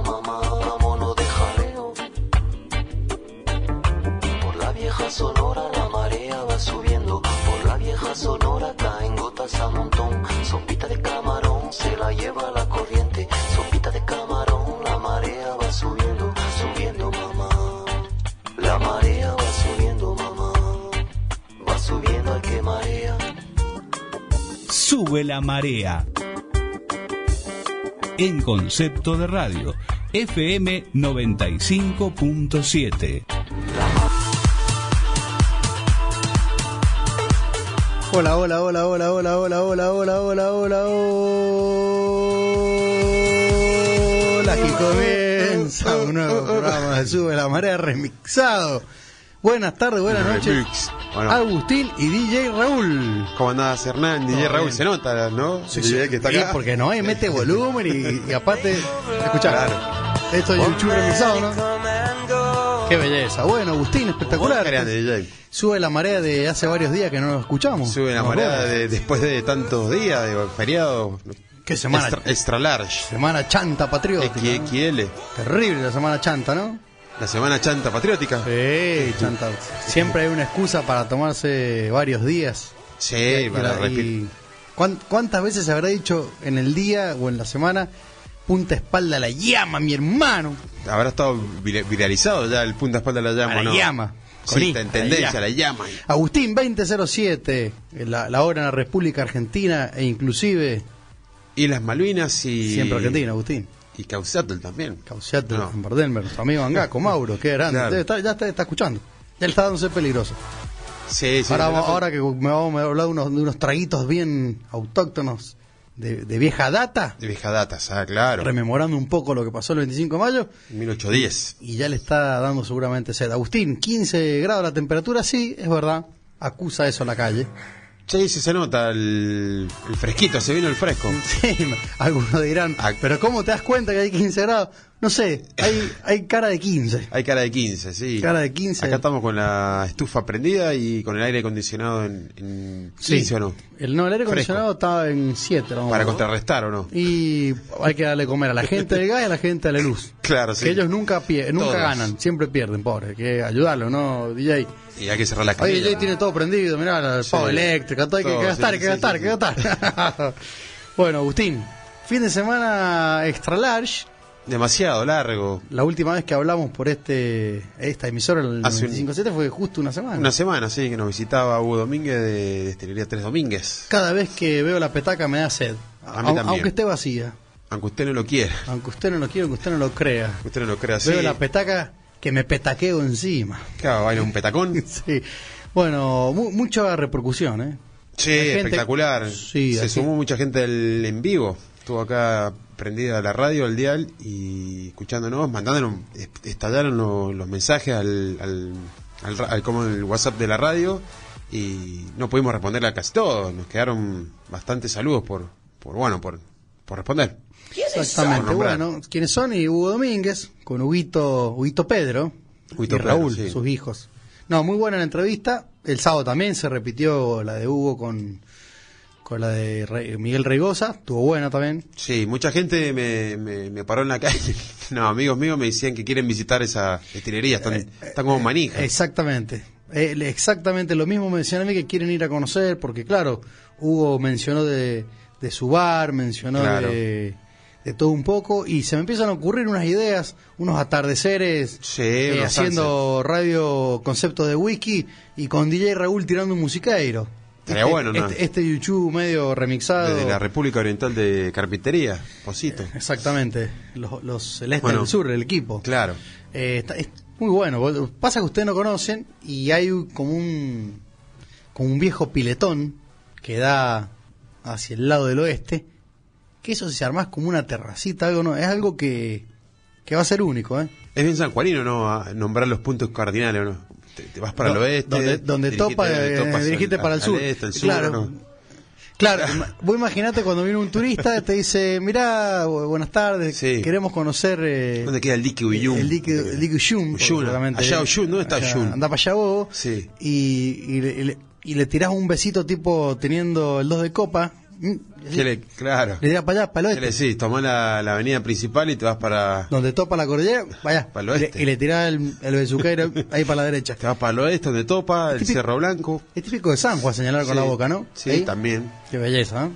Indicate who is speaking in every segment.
Speaker 1: mamá, vámonos de jaleo. Por la vieja sonora la marea va subiendo. Por la vieja sonora caen gotas a montón. Sopita de camarón se la lleva la corriente. Sopita de camarón, la marea va subiendo, subiendo mamá. La marea va subiendo mamá. Va subiendo al que marea.
Speaker 2: Sube la marea. En concepto de radio, FM 95.7.
Speaker 3: Hola, hola, hola, hola, hola, hola, hola, hola, hola, hola, hola. Aquí comienza un nuevo programa de Sube la Marea remixado. Buenas tardes, buenas noches.
Speaker 4: Remix. Bueno.
Speaker 3: Agustín y DJ Raúl.
Speaker 4: ¿Cómo andás, Hernán? DJ
Speaker 3: Todo
Speaker 4: Raúl,
Speaker 3: bien.
Speaker 4: se nota, ¿no? Sí, que está
Speaker 3: Sí,
Speaker 4: acá.
Speaker 3: porque no, y mete volumen y, y aparte, escuchá,
Speaker 4: Claro.
Speaker 3: esto es un chulo remixado, ¿no? Qué belleza. Bueno, Agustín,
Speaker 4: Hola,
Speaker 3: espectacular.
Speaker 4: grande, DJ.
Speaker 3: Sube la marea de hace varios días que no lo escuchamos.
Speaker 4: Sube la
Speaker 3: Nos
Speaker 4: marea
Speaker 3: vemos.
Speaker 4: de- después de tantos días de feriado.
Speaker 3: Qué semana.
Speaker 4: Extra, extra large.
Speaker 3: Semana chanta patriótica. ¿no?
Speaker 4: XXL.
Speaker 3: Terrible la semana chanta, ¿no?
Speaker 4: La semana chanta patriótica.
Speaker 3: Sí, chanta. Siempre hay una excusa para tomarse varios días.
Speaker 4: Sí,
Speaker 3: Y
Speaker 4: para
Speaker 3: la- y-
Speaker 4: repetir.
Speaker 3: ¿cuán- ¿Cuántas veces habrá dicho en el día o en la semana, punta espalda a la llama, mi hermano?
Speaker 4: Habrá estado vir- viralizado ya el punta espalda de la llama,
Speaker 3: A la
Speaker 4: ¿no?
Speaker 3: llama.
Speaker 4: Sí,
Speaker 3: Coní,
Speaker 4: está en
Speaker 3: a la
Speaker 4: tendencia,
Speaker 3: llama.
Speaker 4: la llama.
Speaker 3: Agustín 2007, eh, la, la obra en la República Argentina e inclusive
Speaker 4: Y las Malvinas y.
Speaker 3: siempre Argentina, Agustín.
Speaker 4: Y Causatel también.
Speaker 3: Cauciate,
Speaker 4: No.
Speaker 3: Amber Denver, su amigo Angaco, Mauro, qué grande.
Speaker 4: Claro.
Speaker 3: Debe estar- ya está, está escuchando. Ya está dándose peligroso.
Speaker 4: Sí, sí.
Speaker 3: ahora,
Speaker 4: la-
Speaker 3: vamos- ahora que me vamos a hablar de unos, de unos traguitos bien autóctonos de, de vieja data,
Speaker 4: De vieja data, ah, claro.
Speaker 3: rememorando un poco lo que pasó el 25 de mayo,
Speaker 4: 1810.
Speaker 3: y ya le está dando seguramente sed. Agustín, 15 grados la temperatura, sí, es verdad. Acusa eso la calle.
Speaker 4: Sí, sí se nota el, el fresquito, se vino el fresco.
Speaker 3: Sí, algunos dirán,
Speaker 4: Ah.
Speaker 3: pero ¿cómo te das cuenta que hay 15 grados? No sé, hay, hay cara de 15.
Speaker 4: Hay cara de 15, sí.
Speaker 3: Cara de 15.
Speaker 4: Acá estamos con la estufa prendida y con el aire acondicionado en, en 15 o no.
Speaker 3: El, no, el aire acondicionado estaba en 7.
Speaker 4: Para contrarrestar o no.
Speaker 3: Y hay que darle comer a la gente del gas y a la gente de la luz.
Speaker 4: Claro, sí.
Speaker 3: Que ellos nunca pie- nunca
Speaker 4: Todos.
Speaker 3: ganan, siempre pierden, pobre. Hay que ayudarlo, ¿no, DJ?
Speaker 4: Y hay que cerrar la
Speaker 3: Oye,
Speaker 4: canilla.
Speaker 3: DJ tiene todo prendido, mirá, la
Speaker 4: Sí.
Speaker 3: pavo eléctrica, todo, hay que,
Speaker 4: Todo,
Speaker 3: que gastar,
Speaker 4: sí,
Speaker 3: hay que
Speaker 4: sí,
Speaker 3: gastar,
Speaker 4: sí,
Speaker 3: hay que gastar. bueno, Agustín, fin de semana extra large.
Speaker 4: Demasiado largo.
Speaker 3: La última vez que hablamos por este esta emisora, el
Speaker 4: Hace un-
Speaker 3: 95.7, fue justo una semana.
Speaker 4: Una semana, sí, que nos visitaba Hugo Domínguez de, de Estelería Tres Domínguez.
Speaker 3: Cada vez que veo la petaca me da sed,
Speaker 4: A mí
Speaker 3: Au-
Speaker 4: también.
Speaker 3: aunque esté vacía,
Speaker 4: Aunque usted no lo quiera.
Speaker 3: aunque usted no lo quiera, aunque usted no lo crea.
Speaker 4: Usted no lo crea así.
Speaker 3: Veo la petaca que me petaqueo encima.
Speaker 4: Claro, baila un petacón. Sí,
Speaker 3: Sí. Bueno, mu- mucha repercusión, ¿eh? gente-
Speaker 4: espectacular.
Speaker 3: Sí,
Speaker 4: Se
Speaker 3: así-
Speaker 4: sumó mucha gente del en vivo. Estuvo acá prendida la radio, el dial, y escuchándonos, mandándonos, est- estallaron lo- los mensajes al, al, al ra- al- como el WhatsApp de la radio y no pudimos responderle a casi todos. Nos quedaron bastantes saludos por, por bueno, por, por responder.
Speaker 3: Exactamente.
Speaker 4: son?
Speaker 3: Bueno, quienes son y Hugo Domínguez, con Huguito, Huguito Pedro
Speaker 4: Huguito
Speaker 3: y
Speaker 4: Pedro,
Speaker 3: Raúl,
Speaker 4: sí.
Speaker 3: sus hijos. No, muy buena la entrevista. El sábado también se repitió la de Hugo con, con la de Re- Miguel Reigosa. Estuvo buena también.
Speaker 4: Sí, mucha gente me, me, me paró en la calle. No, amigos míos me decían que quieren visitar esa destilería. Están,
Speaker 3: Eh,
Speaker 4: están como manijas.
Speaker 3: Exactamente. Eh, le- Exactamente lo mismo me decían a mí que quieren ir a conocer, porque claro, Hugo mencionó de, de su bar, mencionó
Speaker 4: Claro.
Speaker 3: de, de todo un poco, y se me empiezan a ocurrir unas ideas, unos atardeceres,
Speaker 4: Sí,
Speaker 3: eh,
Speaker 4: unos
Speaker 3: haciendo radio conceptos de whisky y con DJ Raúl tirando un musiqueiro.
Speaker 4: Estaría bueno, ¿no?
Speaker 3: Este, este YouTube medio remixado.
Speaker 4: Desde la República Oriental de Carpintería, Posito.
Speaker 3: Exactamente, los, los celestes
Speaker 4: Bueno.
Speaker 3: del sur, el equipo.
Speaker 4: Claro.
Speaker 3: Eh, está- es muy bueno. boludo. Pasa que ustedes no conocen y hay un- como un, como un viejo piletón que da hacia el lado del oeste. Que eso, si se armás como una terracita, algo no, es algo que, que va a ser único. ¿eh?
Speaker 4: Es bien sanjuanino, ¿no? A nombrar los puntos cardinales, ¿o ¿no? te, te vas para el
Speaker 3: Do-
Speaker 4: oeste.
Speaker 3: donde- donde topa, eh, dirigiste para el sur. Claro.
Speaker 4: claro.
Speaker 3: Claro, ima- vos imaginate cuando viene un turista te dice, mirá, bu- buenas tardes,
Speaker 4: Sí.
Speaker 3: queremos conocer... eh,
Speaker 4: ¿Dónde queda el dique Uyun?
Speaker 3: El dique, el dique Uyun.
Speaker 4: Uyun, allá Uyun, ¿dónde está Uyun?
Speaker 3: Anda para allá vos
Speaker 4: Sí.
Speaker 3: y, y le, y le- y le tirás un besito tipo teniendo el 2 de copa. mm, y así,
Speaker 4: ¿Qué le- claro.
Speaker 3: le tirás para allá, para el
Speaker 4: ¿Qué le
Speaker 3: oeste.
Speaker 4: decís? Tomá la, la avenida principal y te vas para.
Speaker 3: Donde topa la cordillera, vaya.
Speaker 4: Para el oeste.
Speaker 3: Y le tirás el, el besuquero ahí para la derecha.
Speaker 4: Te vas para el oeste, donde topa, el
Speaker 3: Típico-
Speaker 4: Cerro Blanco.
Speaker 3: Es típico de San Juan señalar con
Speaker 4: Sí,
Speaker 3: la boca, ¿no?
Speaker 4: Sí,
Speaker 3: Ahí.
Speaker 4: también.
Speaker 3: Qué belleza, ¿eh?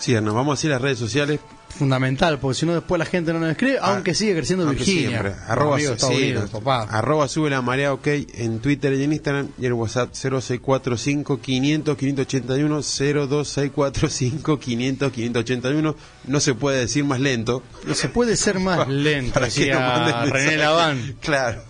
Speaker 4: Sí, nos vamos a decir las redes sociales.
Speaker 3: Fundamental, porque si no después la gente no nos escribe, aunque sigue creciendo
Speaker 4: Ah, Aunque
Speaker 3: Virginia.
Speaker 4: siempre. Arroba,
Speaker 3: Amigo de Estados
Speaker 4: sí,
Speaker 3: Unidos,
Speaker 4: no,
Speaker 3: papá.
Speaker 4: arroba sube la marea ok en Twitter y en Instagram y en WhatsApp 0645 500 581 02645 500 581 no se puede decir más lento
Speaker 3: No se puede ser más lento,
Speaker 4: para que
Speaker 3: decía
Speaker 4: nos manden
Speaker 3: René
Speaker 4: mensaje.
Speaker 3: Laván.
Speaker 4: Claro.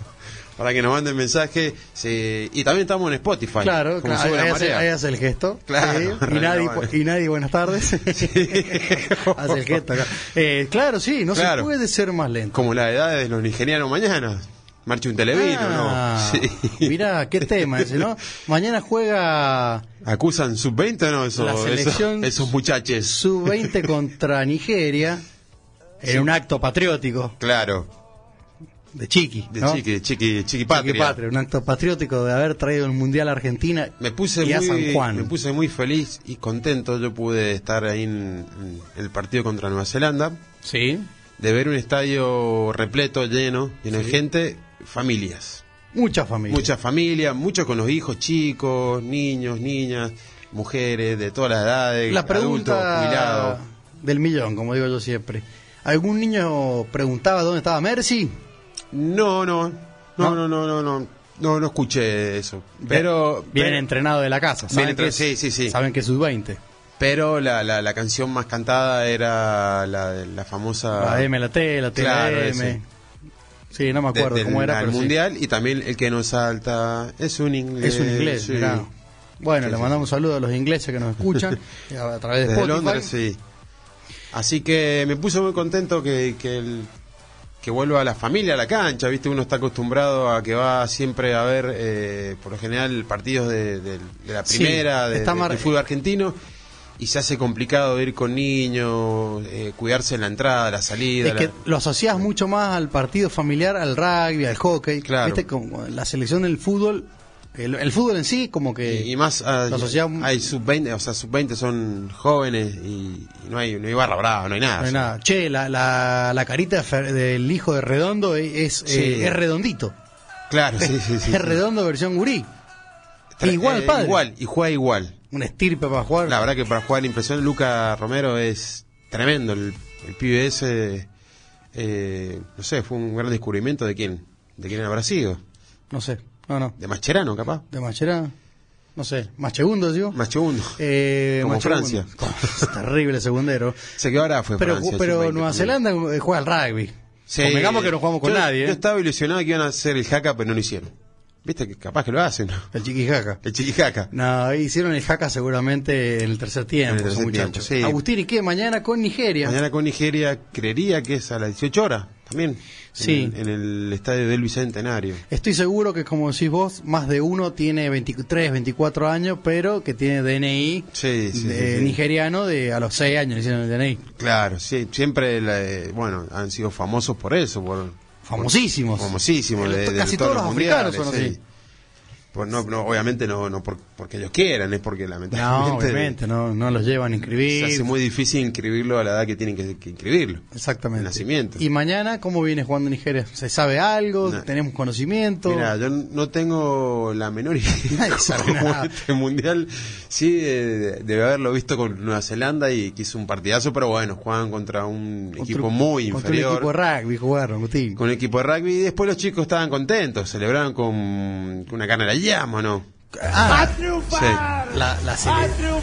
Speaker 4: Para que nos manden mensaje. sí. Y también estamos en Spotify.
Speaker 3: Claro,
Speaker 4: como
Speaker 3: claro,
Speaker 4: Sube la
Speaker 3: ahí, hace,
Speaker 4: Marea.
Speaker 3: ahí hace el gesto.
Speaker 4: Claro,
Speaker 3: sí, y,
Speaker 4: René
Speaker 3: nadie,
Speaker 4: Laván.
Speaker 3: y nadie, buenas tardes. hace el gesto. Claro, Eh, claro sí, no
Speaker 4: Claro.
Speaker 3: se puede ser más lento.
Speaker 4: Como la edad de los nigerianos mañana. Marcha un televino,
Speaker 3: Ah,
Speaker 4: ¿no? Sí.
Speaker 3: Mirá, qué tema ese, ¿no? Mañana juega
Speaker 4: ¿Acusan sub-20 o no? Eso,
Speaker 3: La selección-
Speaker 4: eso- esos muchachos.
Speaker 3: sub-20 contra Nigeria en un acto patriótico
Speaker 4: Claro.
Speaker 3: de Chiqui.
Speaker 4: De
Speaker 3: ¿no?
Speaker 4: chiqui, chiqui, chiqui
Speaker 3: Chiqui
Speaker 4: patria.
Speaker 3: Patria, un acto patriótico de haber traído el Mundial a Argentina
Speaker 4: Me puse,
Speaker 3: y a
Speaker 4: muy,
Speaker 3: San Juan.
Speaker 4: me puse muy feliz y contento. Yo pude estar ahí en, en el partido contra Nueva Zelanda,
Speaker 3: Sí.
Speaker 4: de ver un estadio repleto, lleno, lleno de gente, familias.
Speaker 3: Muchas familias.
Speaker 4: Muchas familias, muchos con los hijos chicos, niños, niñas, mujeres de todas las edades,
Speaker 3: La
Speaker 4: adultos,
Speaker 3: pregunta
Speaker 4: jubilados.
Speaker 3: del millón, como digo yo siempre. ¿Algún niño preguntaba dónde estaba Mercy?
Speaker 4: No, no,
Speaker 3: ¿No?
Speaker 4: no, no, no, no, no, no, no escuché eso. Pero
Speaker 3: Vienen
Speaker 4: pero-
Speaker 3: entrenado de la casa. Saben
Speaker 4: Vienen
Speaker 3: que
Speaker 4: entre-
Speaker 3: es,
Speaker 4: sí, sí, sí.
Speaker 3: Saben que es sub-20.
Speaker 4: Pero la, la, la canción más cantada era la, de- la famosa.
Speaker 3: La M, la T, la T,
Speaker 4: Ah. Claro,
Speaker 3: la
Speaker 4: ese.
Speaker 3: M. Sí, no me
Speaker 4: de-
Speaker 3: acuerdo
Speaker 4: del-
Speaker 3: cómo era,
Speaker 4: al
Speaker 3: pero sí.
Speaker 4: mundial y también el que nos salta es un inglés.
Speaker 3: Es un inglés,
Speaker 4: sí.
Speaker 3: mirá. Bueno,
Speaker 4: Sí,
Speaker 3: le
Speaker 4: sí,
Speaker 3: mandamos un saludo a los ingleses que nos escuchan a a través de
Speaker 4: Desde
Speaker 3: Spotify.
Speaker 4: Londres, sí. Así que me puso muy contento que, que, el- que vuelva la familia a la cancha, ¿viste? Uno está acostumbrado a que va siempre a ver, eh, por lo general, partidos de, de- de la
Speaker 3: Sí,
Speaker 4: primera, de-
Speaker 3: está
Speaker 4: de-
Speaker 3: mar-
Speaker 4: del fútbol argentino. Y se hace complicado ir con niños, eh, cuidarse en la entrada, la salida.
Speaker 3: Es que
Speaker 4: la-
Speaker 3: lo asocias mucho más al partido familiar, al rugby, al hockey.
Speaker 4: Claro.
Speaker 3: Viste, como la selección del fútbol, el, el fútbol en sí, como que.
Speaker 4: Y, y más ah,
Speaker 3: la sociedad-
Speaker 4: hay sub-20, o sea, sub-20 son jóvenes y, y no hay no hay barra brava, no hay nada.
Speaker 3: No hay
Speaker 4: o sea.
Speaker 3: nada. Che, la, la, la carita de Fer- del hijo de Redondo es, es,
Speaker 4: Sí.
Speaker 3: eh, es redondito.
Speaker 4: Claro, sí, sí, sí.
Speaker 3: es redondo versión gurí.
Speaker 4: Tra-
Speaker 3: igual,
Speaker 4: eh,
Speaker 3: padre.
Speaker 4: Igual, y juega igual.
Speaker 3: Un estirpe para jugar.
Speaker 4: La verdad que para jugar impresión, Luca Romero es tremendo. El, el pibe ese, eh, no sé, fue un gran descubrimiento de quién, de quién habrá sido.
Speaker 3: No sé. No, no.
Speaker 4: De Mascherano, capaz.
Speaker 3: De Machera. No sé. Machegundo, digo.
Speaker 4: Machegundo.
Speaker 3: Eh,
Speaker 4: Como
Speaker 3: Machegundo. Terrible segundero.
Speaker 4: sé que ahora fue
Speaker 3: Pero,
Speaker 4: Francia,
Speaker 3: pero
Speaker 4: sub-20
Speaker 3: Nueva
Speaker 4: también.
Speaker 3: Zelanda eh, juega al rugby.
Speaker 4: Sí.
Speaker 3: Convengamos que no jugamos con
Speaker 4: Yo-
Speaker 3: nadie.
Speaker 4: Yo
Speaker 3: ¿eh?
Speaker 4: estaba ilusionado que iban a hacer el jaca, pero no lo hicieron. Viste que capaz que lo hacen.
Speaker 3: El chiquijaca.
Speaker 4: El chiquijaca.
Speaker 3: No, hicieron el jaca seguramente en el tercer tiempo,
Speaker 4: En el tercer
Speaker 3: esos muchachos.
Speaker 4: tiempo, sí.
Speaker 3: Agustín, ¿y qué? Mañana con Nigeria.
Speaker 4: Mañana con Nigeria, creería que es a las 18 horas también.
Speaker 3: Sí.
Speaker 4: En el, en el estadio del Bicentenario.
Speaker 3: Estoy seguro que, como decís vos, más de uno tiene 23, 24 años, pero que tiene DNI
Speaker 4: Sí, sí,
Speaker 3: de-
Speaker 4: sí, sí.
Speaker 3: eh, nigeriano de a los 6 años le hicieron el DNI.
Speaker 4: Claro, sí, siempre, la- eh, bueno, han sido famosos por eso. Por,
Speaker 3: Famosísimos.
Speaker 4: famosísimos. de- de
Speaker 3: Casi todos los
Speaker 4: mundiales,
Speaker 3: africanos son
Speaker 4: sí.
Speaker 3: así.
Speaker 4: Pues no, no, obviamente no, no por- porque ellos quieran, es porque lamentablemente
Speaker 3: No, obviamente, no, no los llevan a
Speaker 4: se hace
Speaker 3: inscribir.
Speaker 4: muy difícil inscribirlo a la edad que tienen que, que inscribirlo.
Speaker 3: Exactamente.
Speaker 4: el nacimiento.
Speaker 3: ¿Y mañana cómo viene jugando Nigeria? ¿Se sabe algo?
Speaker 4: No.
Speaker 3: ¿Tenemos conocimiento?
Speaker 4: Mira, yo no tengo la menor idea
Speaker 3: Nadie sabe
Speaker 4: cómo
Speaker 3: nada.
Speaker 4: este mundial. Sí, eh, debe haberlo visto con Nueva Zelanda y que hizo un partidazo, pero bueno, juegan contra un
Speaker 3: Contra
Speaker 4: equipo
Speaker 3: un-
Speaker 4: muy
Speaker 3: contra un
Speaker 4: inferior.
Speaker 3: equipo de rugby jugaron, Agustín.
Speaker 4: Con un equipo de rugby y después los chicos estaban contentos, celebraron con, con una carne a la llama, ¿no?
Speaker 3: Ah,
Speaker 4: Sí.
Speaker 3: la, la, sele-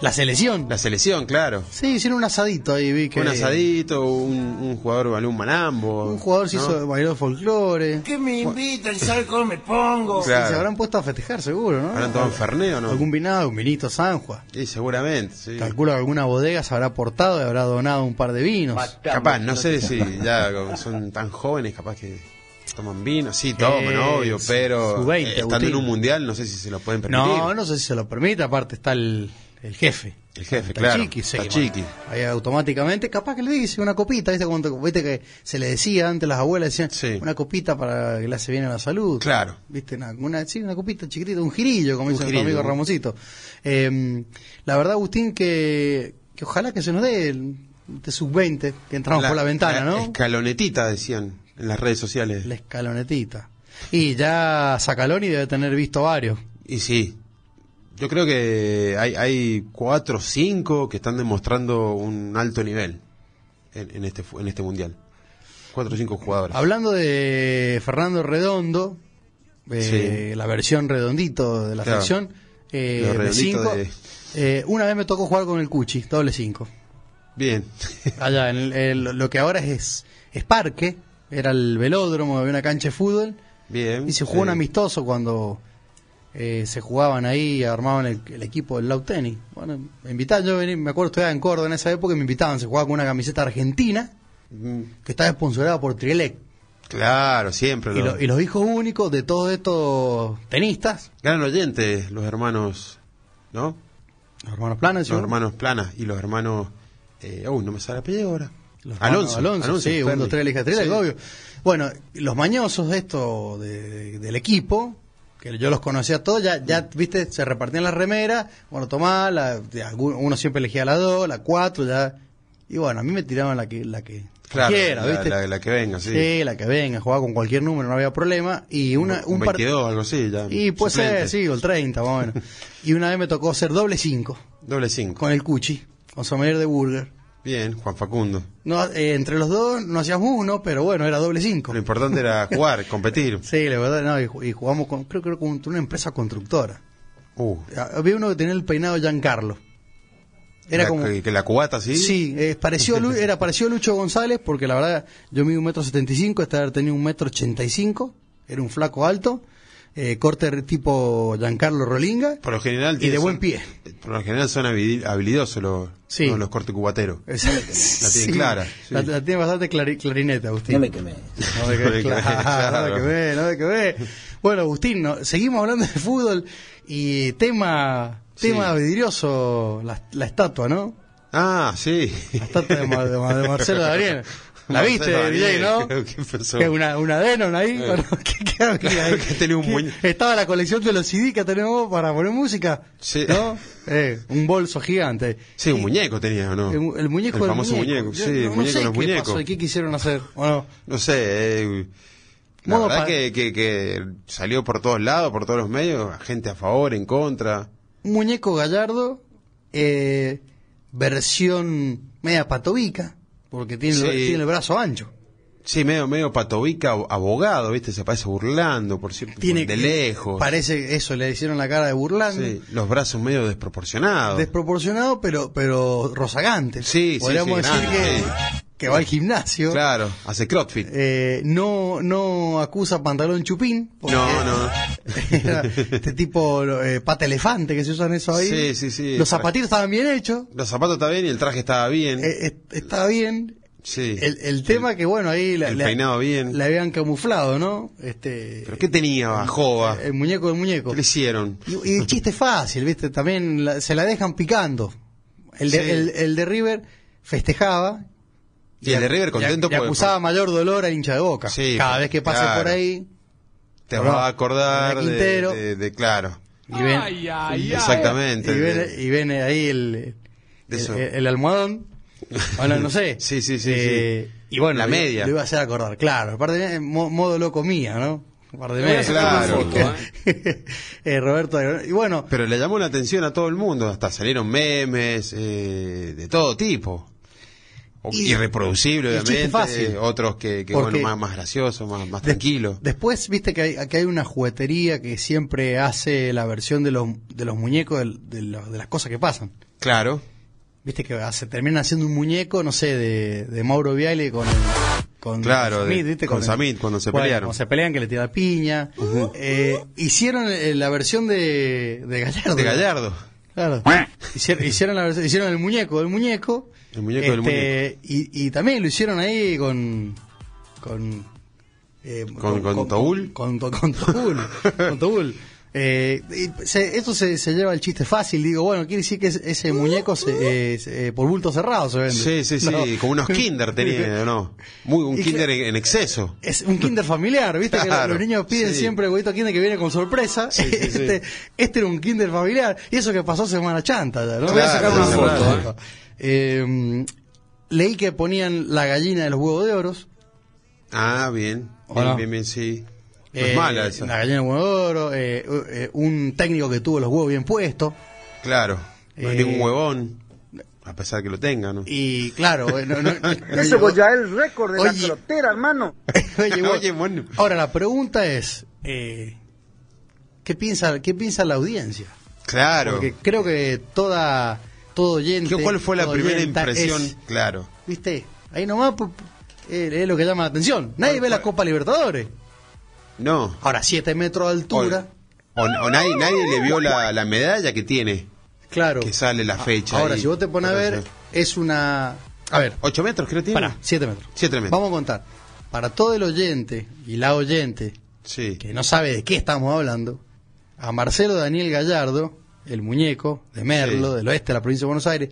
Speaker 3: la selección.
Speaker 4: La selección, claro.
Speaker 3: Sí, hicieron un asadito ahí, vi que.
Speaker 4: Un asadito, un, un jugador baló un manambo.
Speaker 3: Un jugador se
Speaker 4: ¿no?
Speaker 3: hizo bailó folclore.
Speaker 5: ¿Qué me invitan? ¿Sabes cómo me pongo?
Speaker 4: Claro.
Speaker 3: Y se habrán puesto a festejar, seguro, ¿no?
Speaker 4: Habrán tomado un Fernet, ¿o no?
Speaker 3: Algún vinado, un vinito Sanjua.
Speaker 4: Sí, seguramente. sí.
Speaker 3: Calculo que alguna bodega se habrá aportado y habrá donado un par de vinos.
Speaker 4: Capaz, no sé si ya como son tan jóvenes, capaz que Toman vino, sí, toman,
Speaker 3: Eh,
Speaker 4: obvio,
Speaker 3: su-
Speaker 4: pero
Speaker 3: su 20,
Speaker 4: eh, estando en
Speaker 3: Agustín.
Speaker 4: un mundial no sé si se lo pueden permitir.
Speaker 3: No, no sé si se lo permite, aparte está el, el jefe.
Speaker 4: El jefe,
Speaker 3: Está
Speaker 4: claro.
Speaker 3: chiqui, sí,
Speaker 4: está
Speaker 3: bueno.
Speaker 4: chiqui.
Speaker 3: Ahí automáticamente, capaz que le dice una copita, ¿viste? Cuando, viste que se le decía antes las abuelas, decían,
Speaker 4: Sí.
Speaker 3: una copita para que le hace bien a la salud.
Speaker 4: Claro.
Speaker 3: ¿Viste? Una, una- sí, una copita chiquitita, un girillo, como
Speaker 4: Un
Speaker 3: dice
Speaker 4: girillo.
Speaker 3: nuestro amigo Ramosito. Eh, la verdad, Agustín, que, que ojalá que se nos dé el, de sub-20, que entramos por la ventana,
Speaker 4: la
Speaker 3: ¿no?
Speaker 4: Escalonetita, decían en las redes sociales.
Speaker 3: La escalonetita. Y ya Zacaloni debe tener visto varios.
Speaker 4: Y sí, yo creo que hay, hay cuatro o cinco que están demostrando un alto nivel en, en este, fu- en este mundial. Cuatro o cinco jugadores.
Speaker 3: Hablando de Fernando Redondo, eh, la versión redondito de la
Speaker 4: Claro.
Speaker 3: sección, eh,
Speaker 4: Lo
Speaker 3: de
Speaker 4: redondito
Speaker 3: cinco,
Speaker 4: de-
Speaker 3: eh, una vez me tocó jugar con el Cuchi, doble 5.
Speaker 4: Bien.
Speaker 3: Allá, en el- el- lo que ahora es, es parque, era el velódromo, había una cancha de fútbol,
Speaker 4: Bien.
Speaker 3: y se jugó un
Speaker 4: Eh,
Speaker 3: amistoso cuando eh, se jugaban ahí, armaban el, el equipo del Lau Tenis. Bueno, me invitaban, yo vení, me acuerdo, estudiaba en Córdoba en esa época, y me invitaban, se jugaba con una camiseta argentina
Speaker 4: mm,
Speaker 3: que estaba sponsorada por Trilec.
Speaker 4: Claro, siempre.
Speaker 3: Y,
Speaker 4: lo-
Speaker 3: lo- y los hijos únicos de todos estos tenistas,
Speaker 4: Gran oyente, los hermanos, ¿no?
Speaker 3: los hermanos Planes,
Speaker 4: Los hermanos Plana y los hermanos... Eh, uy, no me sale el apellido ahora.
Speaker 3: Alonso, Alonso, sí,
Speaker 4: Ferri.
Speaker 3: un, dos, tres, la hija de Trilec,
Speaker 4: Sí.
Speaker 3: obvio. Bueno, los mañosos de esto, de- de- del equipo, que yo los conocía todos, ya, ya viste, se repartían las remeras, bueno, tomá, la, de algún- uno siempre elegía la 2, la 4, ya. Y bueno, a mí me tiraban la que, la que
Speaker 4: Claro,
Speaker 3: cualquiera,
Speaker 4: la,
Speaker 3: ¿viste?
Speaker 4: la- la que venga, sí.
Speaker 3: sí. la que venga, jugaba con cualquier número, no había problema. Y una,
Speaker 4: un,
Speaker 3: un, par-
Speaker 4: 22, algo así. Ya,
Speaker 3: Y puede ser,
Speaker 4: suplente.
Speaker 3: sí, o el 30, más o menos. y una vez me tocó hacer doble 5.
Speaker 4: Doble 5.
Speaker 3: con el Cuchi, con sommelier de Burger.
Speaker 4: Bien, Juan Facundo.
Speaker 3: No, eh, entre los dos no hacíamos uno, pero bueno, era doble cinco.
Speaker 4: Lo importante era jugar, competir.
Speaker 3: Sí, la verdad, no, y, ju- y jugamos con, creo que con una empresa constructora.
Speaker 4: Uh,
Speaker 3: Ah, Había uno que tenía el peinado Giancarlo. Era
Speaker 4: la-
Speaker 3: como...
Speaker 4: que, que la cubata, ¿sí?
Speaker 3: Sí, eh, pareció, a Lu- era parecido a Lucho González, porque la verdad, yo mido un metro setenta y cinco, este haber tenido un metro ochenta y cinco, era un flaco alto, eh, corte re- tipo Giancarlo Rolinga,
Speaker 4: Por lo general.
Speaker 3: y de
Speaker 4: son-
Speaker 3: buen pie.
Speaker 4: Por lo general son habili- habilidosos los,
Speaker 3: Sí.
Speaker 4: los, los cortes cubateros.
Speaker 3: La
Speaker 4: tiene clara, sí.
Speaker 3: La, la tiene bastante clari- clarineta, Agustín.
Speaker 5: quemé.
Speaker 3: No me quedé
Speaker 4: No me quedé,
Speaker 3: claro, no me
Speaker 4: claro.
Speaker 3: quedé, no me quedé. Bueno, Agustín, no- seguimos hablando de fútbol y tema tema
Speaker 4: Sí.
Speaker 3: vidrioso, la, la estatua, ¿no?
Speaker 4: Ah, sí.
Speaker 3: La estatua de, Mar- de Mar- de Marcelo Gabriel. La
Speaker 4: Marcelo
Speaker 3: viste, DJ,
Speaker 4: Gabriel,
Speaker 3: ¿no?
Speaker 4: creo que empezó.
Speaker 3: Que una, una Denon ahí.
Speaker 4: Eh.
Speaker 3: bueno, ¿qué- qué había
Speaker 4: Claro
Speaker 3: ahí?
Speaker 4: que tenía un
Speaker 3: ¿Qué?
Speaker 4: muñe-
Speaker 3: Estaba la colección de los CD que tenemos para poner música.
Speaker 4: Sí.
Speaker 3: ¿no? Eh, un bolso gigante.
Speaker 4: Sí, un
Speaker 3: Y-
Speaker 4: muñeco tenía, ¿o ¿no?
Speaker 3: El, mu- el muñeco
Speaker 4: El
Speaker 3: del
Speaker 4: famoso muñeco,
Speaker 3: Yo
Speaker 4: sí, el
Speaker 3: no, no
Speaker 4: muñeco
Speaker 3: sé
Speaker 4: de los
Speaker 3: qué
Speaker 4: muñecos.
Speaker 3: pasó y qué quisieron hacer, ¿o no?
Speaker 4: No sé, eh, la
Speaker 3: Modo
Speaker 4: verdad
Speaker 3: pa-
Speaker 4: que, que- que salió por todos lados, por todos los medios, gente a favor, en contra.
Speaker 3: un muñeco gallardo, eh, versión media patovica, porque tiene, el,
Speaker 4: Sí.
Speaker 3: tiene el brazo ancho.
Speaker 4: Sí, medio, medio patovica, abogado, ¿viste? Se parece burlando, por cierto,
Speaker 3: Tiene
Speaker 4: de lejos.
Speaker 3: Parece eso, le hicieron la cara de burlando.
Speaker 4: Sí, los brazos medio desproporcionados.
Speaker 3: Desproporcionado, pero, pero rozagante.
Speaker 4: Sí, sí,
Speaker 3: Podríamos
Speaker 4: sí,
Speaker 3: decir
Speaker 4: grande,
Speaker 3: que, que va al gimnasio.
Speaker 4: claro, hace crossfit.
Speaker 3: Eh, no, no acusa pantalón chupín. porque
Speaker 4: no, no.
Speaker 3: era este tipo eh, pata elefante que se usan eso ahí.
Speaker 4: Sí, sí, sí.
Speaker 3: Los zapatitos estaban bien hechos.
Speaker 4: Los zapatos está bien y el traje estaba bien.
Speaker 3: eh, est- estaba bien.
Speaker 4: sí.
Speaker 3: El, el tema que, bueno, ahí la,
Speaker 4: El
Speaker 3: la-
Speaker 4: peinado bien.
Speaker 3: la habían camuflado, ¿no? Este,
Speaker 4: ¿Pero qué tenía, Jova?
Speaker 3: El muñeco del muñeco.
Speaker 4: ¿Qué le hicieron?
Speaker 3: Y, y el chiste es fácil, ¿viste? También la- se la dejan picando. El de,
Speaker 4: Sí.
Speaker 3: el, el de River festejaba.
Speaker 4: Y el de River
Speaker 3: y-
Speaker 4: contento
Speaker 3: y
Speaker 4: porque-
Speaker 3: acusaba mayor dolor al hincha de boca.
Speaker 4: Sí, pues,
Speaker 3: Cada vez que pase
Speaker 4: claro.
Speaker 3: por ahí.
Speaker 4: Te
Speaker 3: Bueno,
Speaker 4: va a acordar
Speaker 3: de
Speaker 4: de,
Speaker 3: Quintero.
Speaker 4: de- de- claro.
Speaker 3: Y ven,
Speaker 4: Exactamente.
Speaker 3: y ven,
Speaker 4: de-
Speaker 3: y ven ahí el,
Speaker 4: De
Speaker 3: el,
Speaker 4: eso.
Speaker 3: el almohadón. Bueno, no sé.
Speaker 4: Sí, sí, sí,
Speaker 3: Eh,
Speaker 4: sí.
Speaker 3: Y bueno,
Speaker 4: La
Speaker 3: lo-
Speaker 4: media.
Speaker 3: Lo, iba a hacer acordar, claro. Aparte, eh, mo- modo loco mía, ¿no? Un par de
Speaker 5: voy a
Speaker 3: medias.
Speaker 4: sacar una
Speaker 5: Claro.
Speaker 3: Eh, Roberto, Aguilar. y bueno,
Speaker 4: Pero le llamó la atención a todo el mundo, hasta salieron memes eh, de todo tipo. O-
Speaker 3: Y-
Speaker 4: Irreproducible,
Speaker 3: y chiste
Speaker 4: obviamente.
Speaker 3: fácil.
Speaker 4: Otros que, que,
Speaker 3: Porque-
Speaker 4: bueno, más, más graciosos, más, más
Speaker 3: de-
Speaker 4: tranquilos.
Speaker 3: después viste que hay, que hay una juguetería que siempre hace la versión de los, de los muñecos del- de, lo- de las cosas que pasan.
Speaker 4: Claro.
Speaker 3: Viste que se termina haciendo un muñeco, no sé, de, de Mauro Viale con el- con
Speaker 4: Claro,
Speaker 3: con
Speaker 4: de-
Speaker 3: Samit, ¿viste?
Speaker 4: con
Speaker 3: el-
Speaker 4: Samit, cuando se
Speaker 3: Bueno,
Speaker 4: pelearon.
Speaker 3: Cuando se pelean que le tira piña. Eh, hicieron eh, la versión de, de Gallardo.
Speaker 4: De Gallardo.
Speaker 3: Claro. Hicieron, hicieron, la versión- hicieron el muñeco, el muñeco.
Speaker 4: El muñeco del
Speaker 3: Este, Y, y también lo hicieron ahí con con eh,
Speaker 4: Con- con Toul.
Speaker 3: Con, con, con Toul. con Toul. Eh, y se- esto se, se lleva el chiste fácil, digo, bueno, quiere decir que es- ese muñeco se- eh, se- eh, por bulto cerrado se vende.
Speaker 4: Sí, sí, sí,
Speaker 3: No.
Speaker 4: como unos kinder tenía, ¿no? Muy, un
Speaker 3: Y
Speaker 4: kinder en, en exceso.
Speaker 3: Es un kinder familiar, viste que
Speaker 4: Claro,
Speaker 3: los niños piden
Speaker 4: sí.
Speaker 3: siempre el huevito kinder que viene con sorpresa.
Speaker 4: Sí, sí, sí.
Speaker 3: este, este era un kinder familiar. Y eso que pasó semana chanta, ya, ¿no?
Speaker 4: Claro, Voy a sacar una sí, foto, claro.
Speaker 3: Ojo. Eh, leí que ponían la gallina de los huevos de oros.
Speaker 4: Ah, bien.
Speaker 3: ¿O
Speaker 4: Bien,
Speaker 3: no?
Speaker 4: bien, bien, sí. No
Speaker 3: Eh,
Speaker 4: es mala esa.
Speaker 3: La gallina de huevo de oro. eh, u- eh, un técnico que tuvo los huevos bien puestos.
Speaker 4: Claro. No es
Speaker 3: Eh,
Speaker 4: ningún huevón. A pesar que lo tenga, ¿no?
Speaker 3: Y claro, eh, no- no-
Speaker 6: Ese pues ya el récord de la
Speaker 3: Oye.
Speaker 6: pelotera, hermano.
Speaker 3: Oye, bueno.
Speaker 4: Oye, bueno.
Speaker 3: Ahora, la pregunta es: eh, ¿qué, piensa, ¿qué piensa la audiencia?
Speaker 4: Claro.
Speaker 3: Porque creo que toda todo oyente.
Speaker 4: ¿Qué- ¿Cuál fue la
Speaker 3: toda
Speaker 4: primera
Speaker 3: oyenta
Speaker 4: impresión?
Speaker 3: es,
Speaker 4: Claro.
Speaker 3: Viste, ahí nomás pu- eh, es lo que llama la atención. Nadie ve la Copa Libertadores.
Speaker 4: No.
Speaker 3: Ahora, 7 metros de
Speaker 4: O,
Speaker 3: altura.
Speaker 4: o- o nadie, nadie le vio la, la medalla que tiene.
Speaker 3: claro.
Speaker 4: Que sale la fecha.
Speaker 3: Ahora,
Speaker 4: ahí.
Speaker 3: si vos te pones a ver, es una. A ver,
Speaker 4: ¿Ocho metros creo que tiene?
Speaker 3: para, 7 metros.
Speaker 4: Siete metros.
Speaker 3: Vamos a contar. Para todo el oyente y la oyente
Speaker 4: Sí.
Speaker 3: que no sabe de qué estamos hablando, a Marcelo Daniel Gallardo, el muñeco de Merlo,
Speaker 4: Sí.
Speaker 3: del oeste de la provincia de Buenos Aires,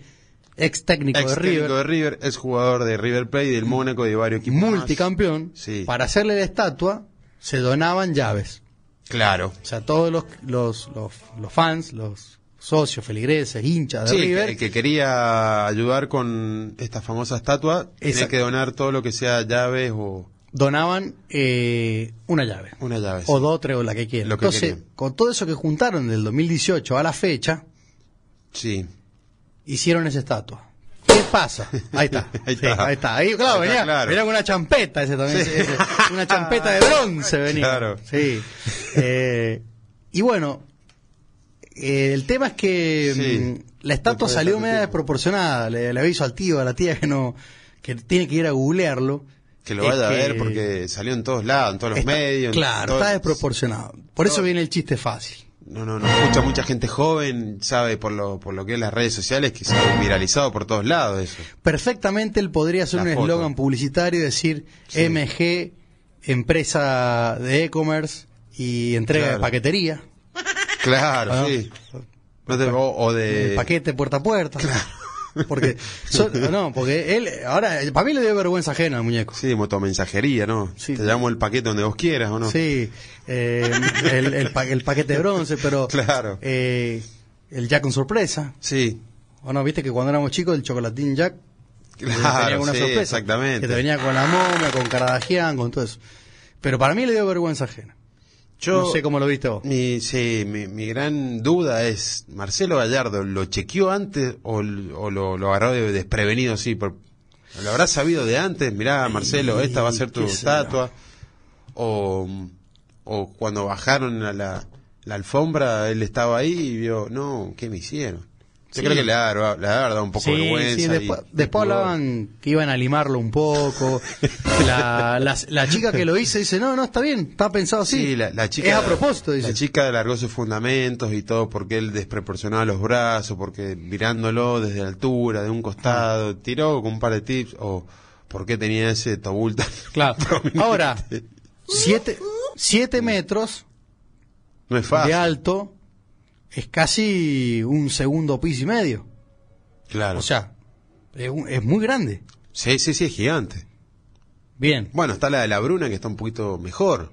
Speaker 3: ex técnico
Speaker 4: Ex
Speaker 3: de
Speaker 4: técnico
Speaker 3: River.
Speaker 4: de River, es jugador de River Plate, del Mónaco, de varios equipos. más.
Speaker 3: multicampeón,
Speaker 4: Sí.
Speaker 3: para hacerle la estatua se donaban llaves.
Speaker 4: Claro.
Speaker 3: O sea, todos los, los, los, los fans, los socios, feligreses, hinchas de
Speaker 4: Sí,
Speaker 3: River,
Speaker 4: el que quería ayudar con esta famosa estatua tenía
Speaker 3: Exacto.
Speaker 4: que donar todo lo que sea llaves o
Speaker 3: donaban eh, una llave.
Speaker 4: una llave.
Speaker 3: O dos, tres, o la que quieran.
Speaker 4: Lo que
Speaker 3: Entonces,
Speaker 4: querían.
Speaker 3: con todo eso que juntaron del 2018 a la fecha,
Speaker 4: Sí.
Speaker 3: hicieron esa estatua. ¿Qué pasa? Ahí está.
Speaker 4: Ahí
Speaker 3: Sí,
Speaker 4: está.
Speaker 3: ahí está. Ahí, claro,
Speaker 4: Ahí está,
Speaker 3: venía,
Speaker 4: claro.
Speaker 3: venía con una champeta ese también.
Speaker 4: Sí.
Speaker 3: ese- ese. una champeta de bronce venía.
Speaker 4: Claro.
Speaker 3: Sí. Eh, y bueno, eh, el tema es que
Speaker 4: Sí.
Speaker 3: mm, la estatua
Speaker 4: Después de
Speaker 3: salió
Speaker 4: tanto
Speaker 3: media
Speaker 4: tiempo.
Speaker 3: desproporcionada. Le, le aviso al tío, a la tía que no que tiene que ir a googlearlo.
Speaker 4: Que lo
Speaker 3: Es
Speaker 4: vaya a ver
Speaker 3: que
Speaker 4: porque salió en todos lados, en todos los
Speaker 3: está-
Speaker 4: medios. en
Speaker 3: Claro,
Speaker 4: todo-
Speaker 3: está desproporcionado. Por eso viene el chiste fácil.
Speaker 4: No, no, no. Mucha, mucha gente joven sabe por lo, por lo que es las redes sociales que se ha viralizado por todos lados eso.
Speaker 3: perfectamente él podría hacer
Speaker 4: La
Speaker 3: un
Speaker 4: foto.
Speaker 3: eslogan publicitario y decir
Speaker 4: Sí.
Speaker 3: MG, empresa de e-commerce y entrega
Speaker 4: Claro.
Speaker 3: de paquetería,
Speaker 4: Claro,
Speaker 3: Ah.
Speaker 4: sí. No te- o, o de...
Speaker 3: el paquete puerta a puerta. Porque, so- no, porque él, ahora, para mí le dio vergüenza ajena al muñeco.
Speaker 4: Sí, motomensajería, ¿no?
Speaker 3: Sí.
Speaker 4: Te llamo el paquete donde vos quieras, ¿o no?
Speaker 3: Sí, eh, el, el pa- el paquete de bronce, pero
Speaker 4: Claro.
Speaker 3: eh, el Jack con sorpresa.
Speaker 4: Sí.
Speaker 3: ¿O no? Viste que cuando éramos chicos el chocolatín Jack
Speaker 4: Claro,
Speaker 3: tenía una
Speaker 4: sí,
Speaker 3: sorpresa.
Speaker 4: exactamente.
Speaker 3: Que te venía con la momia, con Caradagian, con todo eso. Pero para mí le dio vergüenza ajena.
Speaker 4: Yo-
Speaker 3: no sé cómo lo viste vos.
Speaker 4: Mi, sí, mi, mi gran duda es, Marcelo Gallardo, ¿lo chequeó antes o, l- o lo, lo agarró de- desprevenido? Sí, por- ¿lo habrá sabido de antes? Mirá, Marcelo, esta va a ser
Speaker 3: qué
Speaker 4: tu
Speaker 3: sé yo.
Speaker 4: estatua. O, o cuando bajaron a la, la alfombra, él estaba ahí y vio, no, ¿qué me hicieron?
Speaker 3: Sí.
Speaker 4: Yo creo que le ha, le ha dado un poco de vergüenza.
Speaker 3: sí,
Speaker 4: y-
Speaker 3: después,
Speaker 4: y
Speaker 3: después
Speaker 4: pudor.
Speaker 3: hablaban que iban a limarlo un poco. La, la, la chica que lo hizo dice, no, no, está bien, está pensado así.
Speaker 4: Sí, la, la chica.
Speaker 3: Es a propósito, dice.
Speaker 4: La chica alargó sus fundamentos y todo porque él desproporcionaba los brazos, porque mirándolo desde la altura, de un costado, tiró con un par de tips o porque tenía ese tabul tan
Speaker 3: Claro.
Speaker 4: prominente.
Speaker 3: Ahora, siete, siete metros
Speaker 4: No es fácil.
Speaker 3: de alto es casi un segundo piso y medio.
Speaker 4: Claro.
Speaker 3: O sea, es, un- es muy grande.
Speaker 4: sí, sí, sí, es gigante.
Speaker 3: Bien.
Speaker 4: Bueno, está la de la Bruna que está un poquito mejor.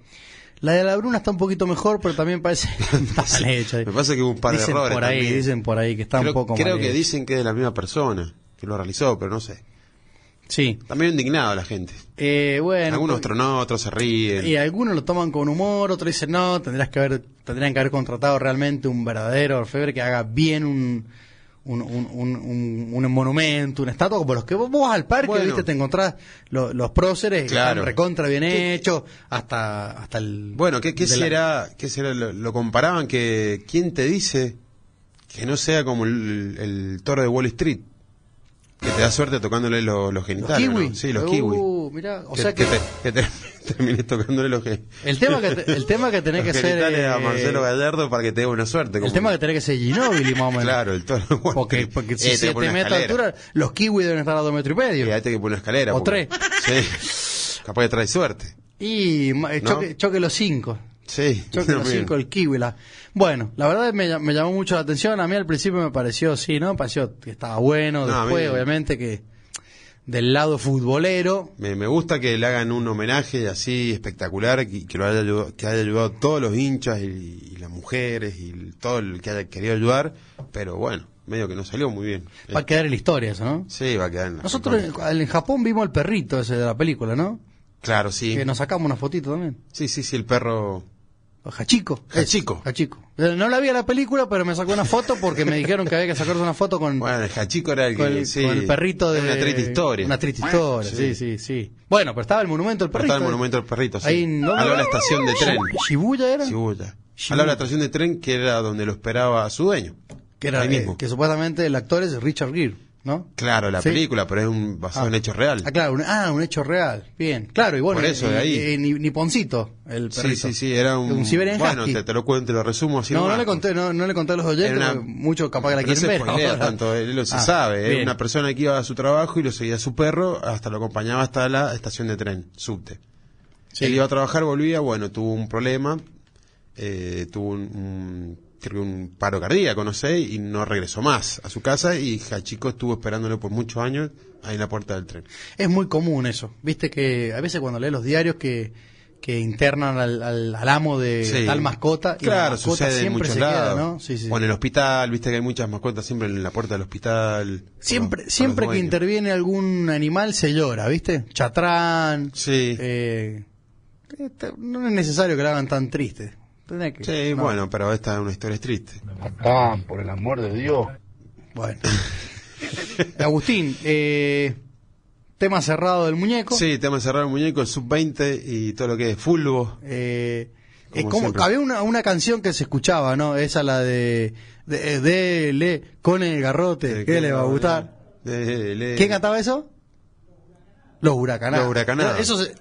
Speaker 3: La de la Bruna está un poquito mejor, pero también parece está mal hecha.
Speaker 4: Me pasa que hubo un par de
Speaker 3: dicen
Speaker 4: errores
Speaker 3: Por ahí,
Speaker 4: también.
Speaker 3: dicen por ahí que está
Speaker 4: creo
Speaker 3: un poco
Speaker 4: creo
Speaker 3: mal
Speaker 4: que
Speaker 3: hecha.
Speaker 4: dicen que es de la misma persona que lo realizó, pero no sé.
Speaker 3: Sí.
Speaker 4: También indignado la gente.
Speaker 3: Eh, bueno,
Speaker 4: Algunos
Speaker 3: pues-
Speaker 4: tronó, otros se ríen.
Speaker 3: Y algunos lo toman con humor, otros dicen no, tendrías que haber, tendrían que haber contratado realmente un verdadero orfebre que haga bien un un, un, un, un- un monumento, una estatua, como los que vos, vos al parque,
Speaker 4: Bueno.
Speaker 3: viste, te encontrás lo- los próceres, que
Speaker 4: Claro.
Speaker 3: están recontra bien hechos, hasta, hasta el...
Speaker 4: Bueno, ¿qué, qué
Speaker 3: de la-
Speaker 4: será? ¿Qué será? Lo, lo comparaban que quién te dice que no sea como el, el toro de Wall Street, que te da suerte tocándole lo- los
Speaker 3: Los
Speaker 4: genitales.
Speaker 3: kiwi.
Speaker 4: ¿no? Sí, los
Speaker 3: Uh,
Speaker 4: kiwi.
Speaker 3: mirá, o sea que...
Speaker 4: te- que te- termines tocándole los, gen-
Speaker 3: El tema que, te- el tema que tenés
Speaker 4: los
Speaker 3: que ser...
Speaker 4: genitales a
Speaker 3: eh,
Speaker 4: Marcelo Gallardo para que te dé buena suerte.
Speaker 3: el
Speaker 4: como-
Speaker 3: tema que tenés que ser Ginóbili, más o menos.
Speaker 4: Claro, el toro de Wall
Speaker 3: Porque,
Speaker 4: Street.
Speaker 3: porque
Speaker 4: Eh,
Speaker 3: si
Speaker 4: te
Speaker 3: 7
Speaker 4: pone una
Speaker 3: metros de
Speaker 4: escalera.
Speaker 3: altura, los kiwi deben estar a 2 metros y medio.
Speaker 4: Eh, ahí te que poner una escalera.
Speaker 3: O
Speaker 4: porque- Sí. Capaz que trae suerte.
Speaker 3: Y ma- eh,
Speaker 4: ¿No?
Speaker 3: choque, choque los cinco.
Speaker 4: Sí,
Speaker 3: Choque los
Speaker 4: también.
Speaker 3: cinco, el kiwi. la- Bueno, la verdad me, llam- me llamó mucho la atención. A mí al principio me pareció, sí, ¿no? Me pareció que estaba bueno.
Speaker 4: No, a
Speaker 3: Después,
Speaker 4: mí-
Speaker 3: obviamente, que del lado futbolero.
Speaker 4: Me, me gusta que le hagan un homenaje así espectacular, que, que lo haya ayudado, que haya ayudado todos los hinchas y, y las mujeres y el- todo el que haya querido ayudar, pero bueno, medio que no salió muy bien. Eh,
Speaker 3: Va a quedar en la historia eso, ¿no?
Speaker 4: Sí, va a quedar en la-
Speaker 3: Nosotros en, en Japón vimos el perrito ese de la película, ¿no?
Speaker 4: Claro, sí.
Speaker 3: Que nos sacamos una fotito también.
Speaker 4: Sí, sí, sí, el perro...
Speaker 3: O Hachiko.
Speaker 4: Hachiko.
Speaker 3: Es, Hachiko. Eh, No la vi a la película, pero me sacó una foto porque me dijeron que había que sacarse una foto con,
Speaker 4: Bueno, el Hachico era el que...
Speaker 3: con, el,
Speaker 4: sí,
Speaker 3: con el perrito de...
Speaker 4: era Una triste historia.
Speaker 3: Una triste historia, sí, sí, sí. Bueno, pero estaba el monumento del
Speaker 4: Pero
Speaker 3: perrito. ¿eh?
Speaker 4: estaba el monumento del perrito, sí.
Speaker 3: Ahí en-
Speaker 4: Al lado de la estación de tren.
Speaker 3: Shibuya era.
Speaker 4: Shibuya. Al lado de la estación de tren que era donde lo esperaba su dueño.
Speaker 3: Que era
Speaker 4: Ahí
Speaker 3: eh,
Speaker 4: mismo.
Speaker 3: que supuestamente el actor es Richard Gere, ¿no?
Speaker 4: Claro, la
Speaker 3: Sí.
Speaker 4: película, pero es un basado en hechos reales.
Speaker 3: Ah, claro, un, ah, un hecho real. Bien, claro, y bueno,
Speaker 4: Por eso,
Speaker 3: y-
Speaker 4: de ahí.
Speaker 3: y- y ni- Niponcito, el
Speaker 4: Sí,
Speaker 3: perrito.
Speaker 4: sí, sí, era un...
Speaker 3: Un Siberian
Speaker 4: bueno,
Speaker 3: Husky.
Speaker 4: te, te lo cuento, te lo resumo así.
Speaker 3: no, no
Speaker 4: nomás.
Speaker 3: le conté, no, no le conté a los
Speaker 4: Era
Speaker 3: oyentes,
Speaker 4: una-
Speaker 3: porque mucho capaz que la
Speaker 4: pero
Speaker 3: quieren ver.
Speaker 4: No se spoilea
Speaker 3: ahora.
Speaker 4: tanto, él lo se
Speaker 3: Ah,
Speaker 4: sabe. Era
Speaker 3: bien.
Speaker 4: una persona que iba a su trabajo y lo seguía a su perro, hasta lo acompañaba hasta la estación de tren, subte.
Speaker 3: Sí.
Speaker 4: Él iba a trabajar, volvía, bueno, tuvo un problema, eh, tuvo un, un- creo que un paro cardíaco, no sé, y no regresó más a su casa y Hachiko estuvo esperándolo por muchos años ahí en la puerta del tren.
Speaker 3: Es muy común eso. Viste que a veces cuando lees los diarios que, que internan al, al- al amo de
Speaker 4: Sí.
Speaker 3: Eh, tal mascota, y la
Speaker 4: claro,
Speaker 3: mascota
Speaker 4: sucede en
Speaker 3: siempre
Speaker 4: muchos
Speaker 3: se queda,
Speaker 4: lados.
Speaker 3: ¿no? Sí, sí.
Speaker 4: O en el hospital, viste que hay muchas mascotas siempre en la puerta del hospital.
Speaker 3: Siempre,
Speaker 4: con los- con los
Speaker 3: siempre que
Speaker 4: dueños.
Speaker 3: interviene algún animal se llora, ¿viste? Chatrán.
Speaker 4: Sí.
Speaker 3: eh, este, no es necesario que la hagan tan triste. Tendría que-
Speaker 4: Sí,
Speaker 3: no.
Speaker 4: bueno, pero esta es una historia es triste.
Speaker 7: Acá, por el amor de Dios.
Speaker 3: Bueno. Agustín, eh, tema cerrado del muñeco.
Speaker 4: Sí, tema cerrado el muñeco, el sub-20 y todo lo que es fulbo.
Speaker 3: Eh,
Speaker 4: Como
Speaker 3: eh, como-
Speaker 4: siempre.
Speaker 3: había una, una canción que se escuchaba, ¿no? Esa la de, de, de- le con el garrote, que le va a gustar.
Speaker 4: Eh, le-
Speaker 3: ¿Quién cantaba eso? Los huracanados.
Speaker 4: Los Huracanados.
Speaker 3: Eso se-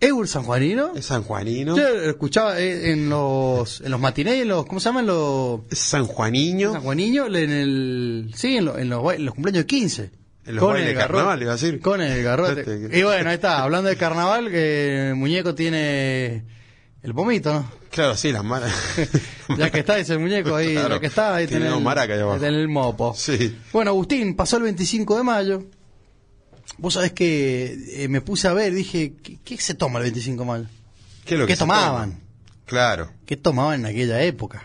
Speaker 3: ¿Eur San Juanino?
Speaker 4: Es sanjuanino.
Speaker 3: Yo lo escuchaba eh, en los en los matinés, en los ¿cómo se llaman los
Speaker 4: Es sanjuaniño.
Speaker 3: San Juaniño? En el sí, en, lo- en los, ba- en los cumpleaños de 15.
Speaker 4: En los bailes de carnaval, iba a decir.
Speaker 3: Con el garrote.
Speaker 4: Este-
Speaker 3: y bueno, ahí está, hablando de carnaval, que el muñeco tiene el pomito, ¿no?
Speaker 4: Claro, sí, las malas.
Speaker 3: Ya que está ese muñeco ahí,
Speaker 4: Claro.
Speaker 3: ya que está, ahí
Speaker 4: Tiene
Speaker 3: tenés
Speaker 4: un
Speaker 3: el,
Speaker 4: maraca ahí abajo.
Speaker 3: ahí tenés el mopo.
Speaker 4: Sí.
Speaker 3: Bueno, Agustín, pasó el 25 de mayo. Vos sabés que eh, me puse a ver, dije, ¿qué, qué se toma el 25 de mayo?
Speaker 4: ¿Qué es lo que
Speaker 3: ¿Qué
Speaker 4: se
Speaker 3: tomaban?
Speaker 4: toma? Claro.
Speaker 3: ¿Qué tomaban en aquella época?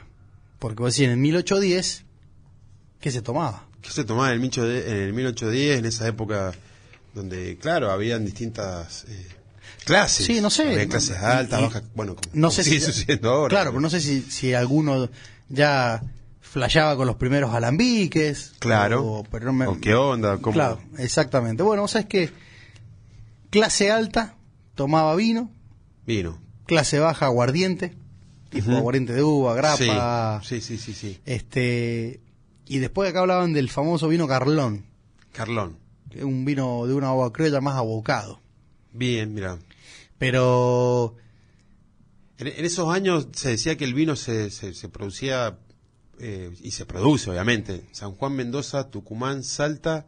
Speaker 3: Porque vos decís, en el 1810, ¿qué se tomaba?
Speaker 4: ¿Qué se tomaba en el, micho de- en el 1810, en esa época donde, claro, habían distintas eh, clases?
Speaker 3: Sí, no sé.
Speaker 4: Había clases
Speaker 3: No-
Speaker 4: altas,
Speaker 3: y-
Speaker 4: bajas, bueno, como,
Speaker 3: No sé
Speaker 4: sigue
Speaker 3: si.
Speaker 4: sucediendo ahora.
Speaker 3: Claro, pero no sé si, si alguno ya flasheaba con los primeros alambiques.
Speaker 4: Claro.
Speaker 3: O, pero no me-
Speaker 4: ¿O qué onda? ¿Cómo?
Speaker 3: Claro, exactamente. Bueno, vos sabés que clase alta tomaba vino,
Speaker 4: Vino.
Speaker 3: clase baja aguardiente, tipo aguardiente de uva, grapa.
Speaker 4: Sí, sí, sí, sí. sí.
Speaker 3: Este, y después acá hablaban del famoso vino Carlón,
Speaker 4: Carlón.
Speaker 3: que es un vino de una agua criolla más abocado.
Speaker 4: Bien, mira.
Speaker 3: Pero
Speaker 4: En, en esos años se decía que el vino se, se- se producía eh, y se produce, obviamente. San Juan, Mendoza, Tucumán, Salta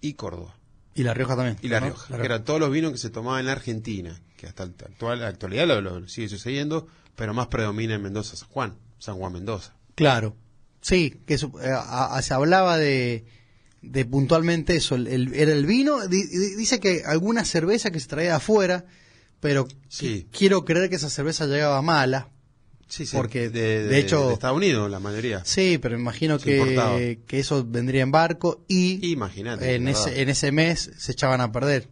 Speaker 4: y Córdoba.
Speaker 3: y la Rioja también.
Speaker 4: Y La
Speaker 3: ¿no?
Speaker 4: Rioja. Que eran todos los vinos que se tomaban en la Argentina, que hasta el actual, la actualidad lo, lo sigue sucediendo, pero más predomina en Mendoza, San Juan. San Juan, Mendoza.
Speaker 3: Claro, sí, que eso, eh, a- a- se hablaba de, de puntualmente eso, el- el- era el vino, di- di- dice que alguna cerveza que se traía de afuera, pero
Speaker 4: Sí.
Speaker 3: qui- quiero creer que esa cerveza llegaba mala,
Speaker 4: Sí, sí.
Speaker 3: Porque,
Speaker 4: de,
Speaker 3: de hecho-
Speaker 4: de Estados Unidos, la mayoría.
Speaker 3: sí, pero me imagino
Speaker 4: Se importaba.
Speaker 3: que, que eso vendría en barco y
Speaker 4: Imagínate.
Speaker 3: en
Speaker 4: la
Speaker 3: ese,
Speaker 4: verdad.
Speaker 3: en ese mes se echaban a perder.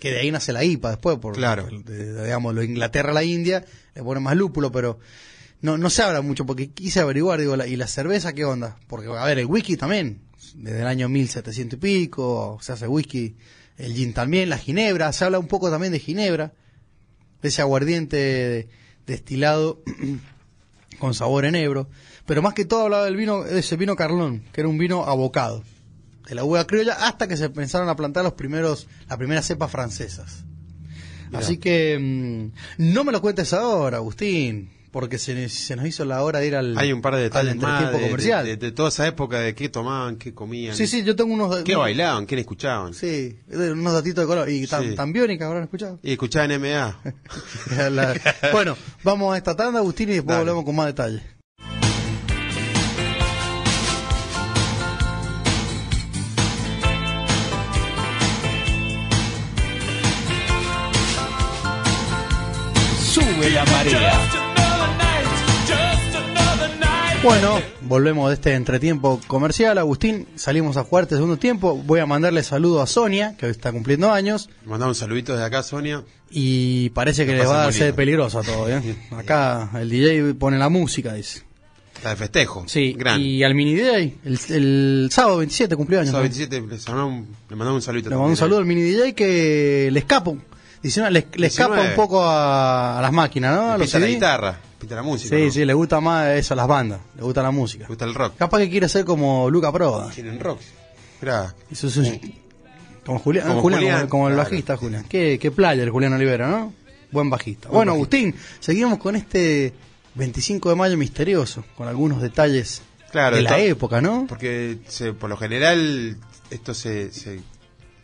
Speaker 3: Que de ahí nace la IPA después, por,
Speaker 4: Claro.
Speaker 3: de- de- digamos, lo Inglaterra a la India, le ponen más lúpulo, pero no, no se habla mucho, porque quise averiguar, digo, la- ¿y la cerveza qué onda? Porque, a ver, el whisky también, desde el año 1700 y pico, se hace whisky, el gin también, la ginebra, se habla un poco también de ginebra, de ese aguardiente destilado con sabor enebro, pero más que todo hablaba del vino, de ese vino Carlón, que era un vino abocado, de la uva criolla, hasta que se empezaron a plantar los primeros, las primeras cepas francesas. Así que mm, no me lo cuentes ahora, Agustín. porque se, nos- se nos hizo la hora de ir al.
Speaker 4: Hay un par de detalles
Speaker 3: al
Speaker 4: más
Speaker 3: entretiempo
Speaker 4: de,
Speaker 3: comercial.
Speaker 4: de- de- de toda esa época de qué tomaban, qué comían,
Speaker 3: sí, sí, yo tengo unos.
Speaker 4: qué
Speaker 3: unos-
Speaker 4: bailaban, quién escuchaban.
Speaker 3: Sí, de- unos datitos de color. Y tan,
Speaker 4: Sí.
Speaker 3: tan biónicas habrán escuchado.
Speaker 4: Y escuchaban MA.
Speaker 3: La- bueno, vamos a esta tanda, Agustín, y después
Speaker 4: Dale.
Speaker 3: volvemos con más detalles.
Speaker 2: Sube la marea.
Speaker 3: Bueno, volvemos de este entretiempo comercial. Agustín, salimos a jugar este segundo tiempo. Voy a mandarle saludo a Sonia, que hoy está cumpliendo años.
Speaker 4: Mandaba un saludito desde acá, Sonia.
Speaker 3: Y parece que
Speaker 4: La
Speaker 3: les va a
Speaker 4: pasan muy
Speaker 3: ser
Speaker 4: lindo.
Speaker 3: peligrosa todo, ¿eh? Acá el DJ pone la música, dice.
Speaker 4: La de festejo.
Speaker 3: Sí,
Speaker 4: Gran.
Speaker 3: y al mini DJ, el, el sábado 27 cumplió años.
Speaker 4: Sábado
Speaker 3: ¿no?
Speaker 4: 27 le sonaba un- le mandaba un saludito.
Speaker 3: Le mando un saludo al mini DJ que le escapa, un- 19 le, le escapa
Speaker 4: 19.
Speaker 3: un poco a, a las máquinas, ¿no? A los
Speaker 4: Pita la
Speaker 3: CD.
Speaker 4: guitarra, pita la música.
Speaker 3: Sí,
Speaker 4: ¿no?
Speaker 3: sí, le gusta más eso a las bandas, le gusta la música.
Speaker 4: Le gusta el rock.
Speaker 3: Capaz que quiere ser como Luca Proda.
Speaker 4: Tienen rock. Mirá,
Speaker 3: Eso es un- Como Julián,
Speaker 4: Como
Speaker 3: Julián,
Speaker 4: Julián,
Speaker 3: como, como el
Speaker 4: claro.
Speaker 3: bajista Julián. Qué, qué playa el Julián Olivera, ¿no? Buen bajista.
Speaker 4: Buen
Speaker 3: bueno, Agustín, seguimos con este 25 de mayo misterioso, con algunos detalles
Speaker 4: Claro,
Speaker 3: de la
Speaker 4: está-
Speaker 3: época, ¿no?
Speaker 4: Porque se- por lo general, esto se, se-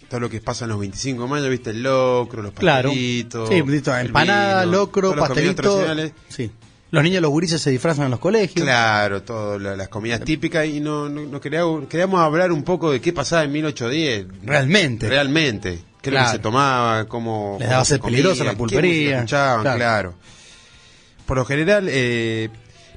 Speaker 4: Todo lo que pasa en los 25 de mayo, viste, el locro, los
Speaker 3: Claro.
Speaker 4: pastelitos.
Speaker 3: Sí, listo,
Speaker 4: el
Speaker 3: empanada,
Speaker 4: vino,
Speaker 3: locro,
Speaker 4: todos los comidas
Speaker 3: pastelito.
Speaker 4: tradicionales.
Speaker 3: Sí. Los niños, los gurises se disfrazan en los colegios.
Speaker 4: Claro, todas las comidas típicas y no, no, no queríamos, queríamos hablar un poco de qué pasaba en 1810.
Speaker 3: Realmente.
Speaker 4: Realmente. ¿Qué es lo
Speaker 3: Claro.
Speaker 4: que se tomaba? ¿Cómo
Speaker 3: Les daba
Speaker 4: cómo se
Speaker 3: ser peligrosa
Speaker 4: comía,
Speaker 3: la
Speaker 4: qué música
Speaker 3: pulpería,
Speaker 4: escuchaban,
Speaker 3: claro.
Speaker 4: claro. Por lo general, eh,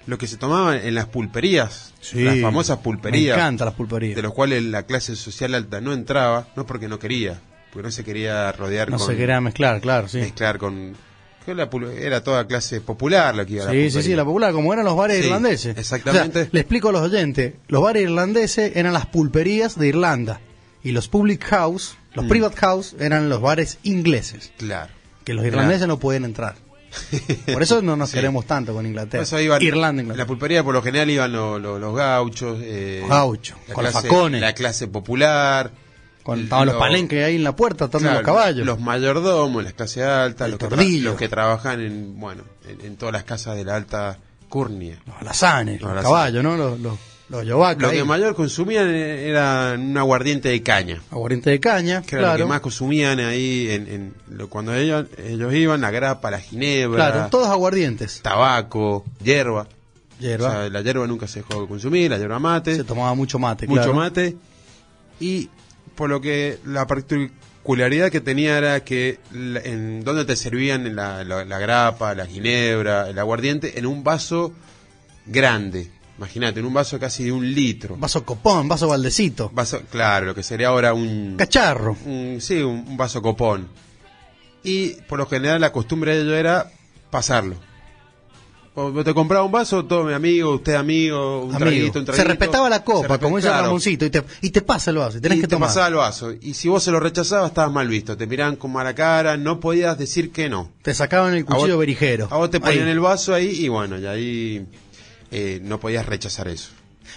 Speaker 4: lo que se tomaba en las pulperías,
Speaker 3: Sí.
Speaker 4: las famosas
Speaker 3: Me
Speaker 4: pulperías,
Speaker 3: encantan las pulperías.
Speaker 4: de los cuales la clase social alta no entraba, no porque no quería, porque no se quería rodear
Speaker 3: No
Speaker 4: con
Speaker 3: se quería mezclar, claro, sí.
Speaker 4: mezclar con... que la pul- era toda clase popular la que iba a la
Speaker 3: Sí, sí,
Speaker 4: pulpería.
Speaker 3: sí, la popular, como eran los bares
Speaker 4: Sí,
Speaker 3: irlandeses.
Speaker 4: exactamente.
Speaker 3: O sea, le explico a los oyentes, los bares irlandeses eran las pulperías de Irlanda y los public house,
Speaker 4: Mm.
Speaker 3: los private house, eran los bares ingleses,
Speaker 4: Claro.
Speaker 3: que los
Speaker 4: Era-
Speaker 3: irlandeses no pueden entrar. Por eso no nos queremos tanto con Inglaterra.
Speaker 4: Por eso iban-
Speaker 3: Irlanda,
Speaker 4: La
Speaker 3: Inglaterra.
Speaker 4: pulpería por lo general iban lo- lo- los gauchos. eh,
Speaker 3: Los gauchos,
Speaker 4: la
Speaker 3: con los
Speaker 4: clase-
Speaker 3: facones.
Speaker 4: La clase popular.
Speaker 3: Con- estaban los
Speaker 4: lo-
Speaker 3: palenques ahí en la puerta, atando
Speaker 4: claro,
Speaker 3: los caballos.
Speaker 4: Los mayordomos, las clases altas,
Speaker 3: El
Speaker 4: los que, tra-
Speaker 3: tordillo.
Speaker 4: los que trabajan en, bueno, en, en todas las casas de la alta curnia.
Speaker 3: Los alazanes,
Speaker 4: Los
Speaker 3: los,
Speaker 4: alazanes.
Speaker 3: caballos, ¿no? Los, los, los yovacas
Speaker 4: Lo
Speaker 3: ahí.
Speaker 4: que mayor consumían eh, era un aguardiente de caña.
Speaker 3: Aguardiente de caña,
Speaker 4: Que era lo
Speaker 3: claro.
Speaker 4: que más consumían ahí en, en lo- cuando ellos, ellos iban, la grapa, la ginebra,
Speaker 3: Claro, todos aguardientes.
Speaker 4: tabaco, hierba.
Speaker 3: Hierba.
Speaker 4: O sea, la hierba nunca se dejó de consumir, la hierba mate.
Speaker 3: Se tomaba mucho mate,
Speaker 4: mucho
Speaker 3: claro.
Speaker 4: mate. Y por lo que la particularidad que tenía era que la- en donde te servían la, la- la grapa, la ginebra, el aguardiente, en un vaso grande. Imagínate, en un vaso casi de un litro.
Speaker 3: Vaso copón, vaso baldecito.
Speaker 4: Vaso, claro, lo que sería ahora un,
Speaker 3: Cacharro.
Speaker 4: un- sí, un, un vaso copón. Y por lo general la costumbre de ello era pasarlo. O o te compraba un vaso, tome amigo, usted amigo, un
Speaker 3: Amigo,
Speaker 4: traguito, un
Speaker 3: se
Speaker 4: traguito.
Speaker 3: respetaba la
Speaker 4: Se
Speaker 3: copa,
Speaker 4: respe-
Speaker 3: como dice
Speaker 4: claro.
Speaker 3: Ramoncito, y te, y te pasa el vaso, y tenés
Speaker 4: Y
Speaker 3: que
Speaker 4: te
Speaker 3: tomar.
Speaker 4: pasaba el vaso. Y si vos se lo rechazabas, estabas mal visto. Te miraban con mala cara, no podías decir que no.
Speaker 3: Te sacaban el cuchillo
Speaker 4: vos-
Speaker 3: berijero.
Speaker 4: A vos te ponían
Speaker 3: Ahí.
Speaker 4: el vaso ahí y bueno, y ahí eh, no podías rechazar eso.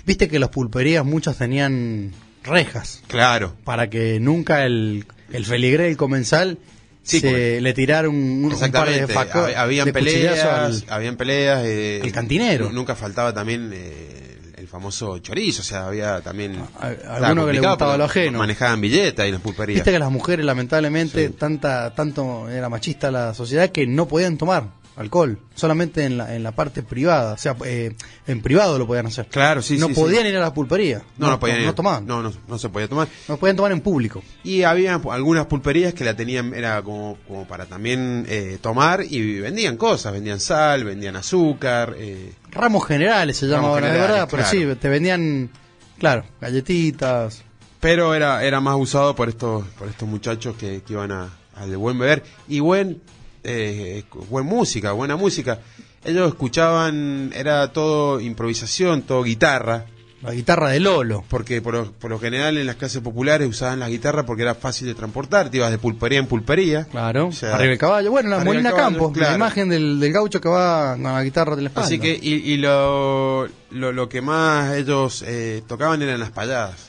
Speaker 3: Viste que las pulperías muchas tenían rejas
Speaker 4: Claro.
Speaker 3: para que nunca el, el feligré, el comensal,
Speaker 4: Sí,
Speaker 3: se
Speaker 4: porque-
Speaker 3: le tiraron un, un par de
Speaker 4: Exactamente.
Speaker 3: facos.
Speaker 4: Hab- habían,
Speaker 3: de cuchillazos
Speaker 4: peleas,
Speaker 3: al-
Speaker 4: habían peleas. eh,
Speaker 3: al cantinero.
Speaker 4: nu- Nunca faltaba también eh, el famoso chorizo. O sea, había también.
Speaker 3: A- a-
Speaker 4: estaba
Speaker 3: alguno que le
Speaker 4: complicado
Speaker 3: gustaba
Speaker 4: porque
Speaker 3: lo ajeno.
Speaker 4: Manejaban billetes y las pulperías.
Speaker 3: Viste que las mujeres, lamentablemente,
Speaker 4: Sí.
Speaker 3: tanta, tanto era machista la sociedad que no podían tomar alcohol, solamente en la, en la parte privada, o sea, eh, en privado lo podían hacer.
Speaker 4: Claro, sí,
Speaker 3: No
Speaker 4: sí, sí.
Speaker 3: podían ir a la pulpería.
Speaker 4: No, no podían.
Speaker 3: No, tomaban.
Speaker 4: No, no, no se podía tomar.
Speaker 3: No podían tomar en público.
Speaker 4: Y había pu- algunas pulperías que la tenían, era como, como para también eh, tomar y vendían cosas, vendían sal, vendían azúcar. eh,
Speaker 3: Ramos generales se llama
Speaker 4: Ramos
Speaker 3: ahora, de
Speaker 4: generales,
Speaker 3: verdad, pero
Speaker 4: claro.
Speaker 3: sí, te vendían, claro, galletitas.
Speaker 4: pero era, era más usado por estos, por estos muchachos que, que iban a- al de buen beber. Y buen, eh, buen música, buena música. Ellos escuchaban, era todo improvisación, todo guitarra.
Speaker 3: La guitarra de Lolo.
Speaker 4: Porque por lo, por lo general en las clases populares usaban las guitarras porque era fácil de transportar, te ibas de pulpería en pulpería.
Speaker 3: Claro.
Speaker 4: O sea,
Speaker 3: arriba el caballo. Bueno, la
Speaker 4: arriba el
Speaker 3: Molina
Speaker 4: caballo,
Speaker 3: Campos, la
Speaker 4: claro.
Speaker 3: imagen del, del gaucho que va con la guitarra de la espalda.
Speaker 4: Así que, y, y lo, lo, lo que más ellos eh, tocaban eran las payadas.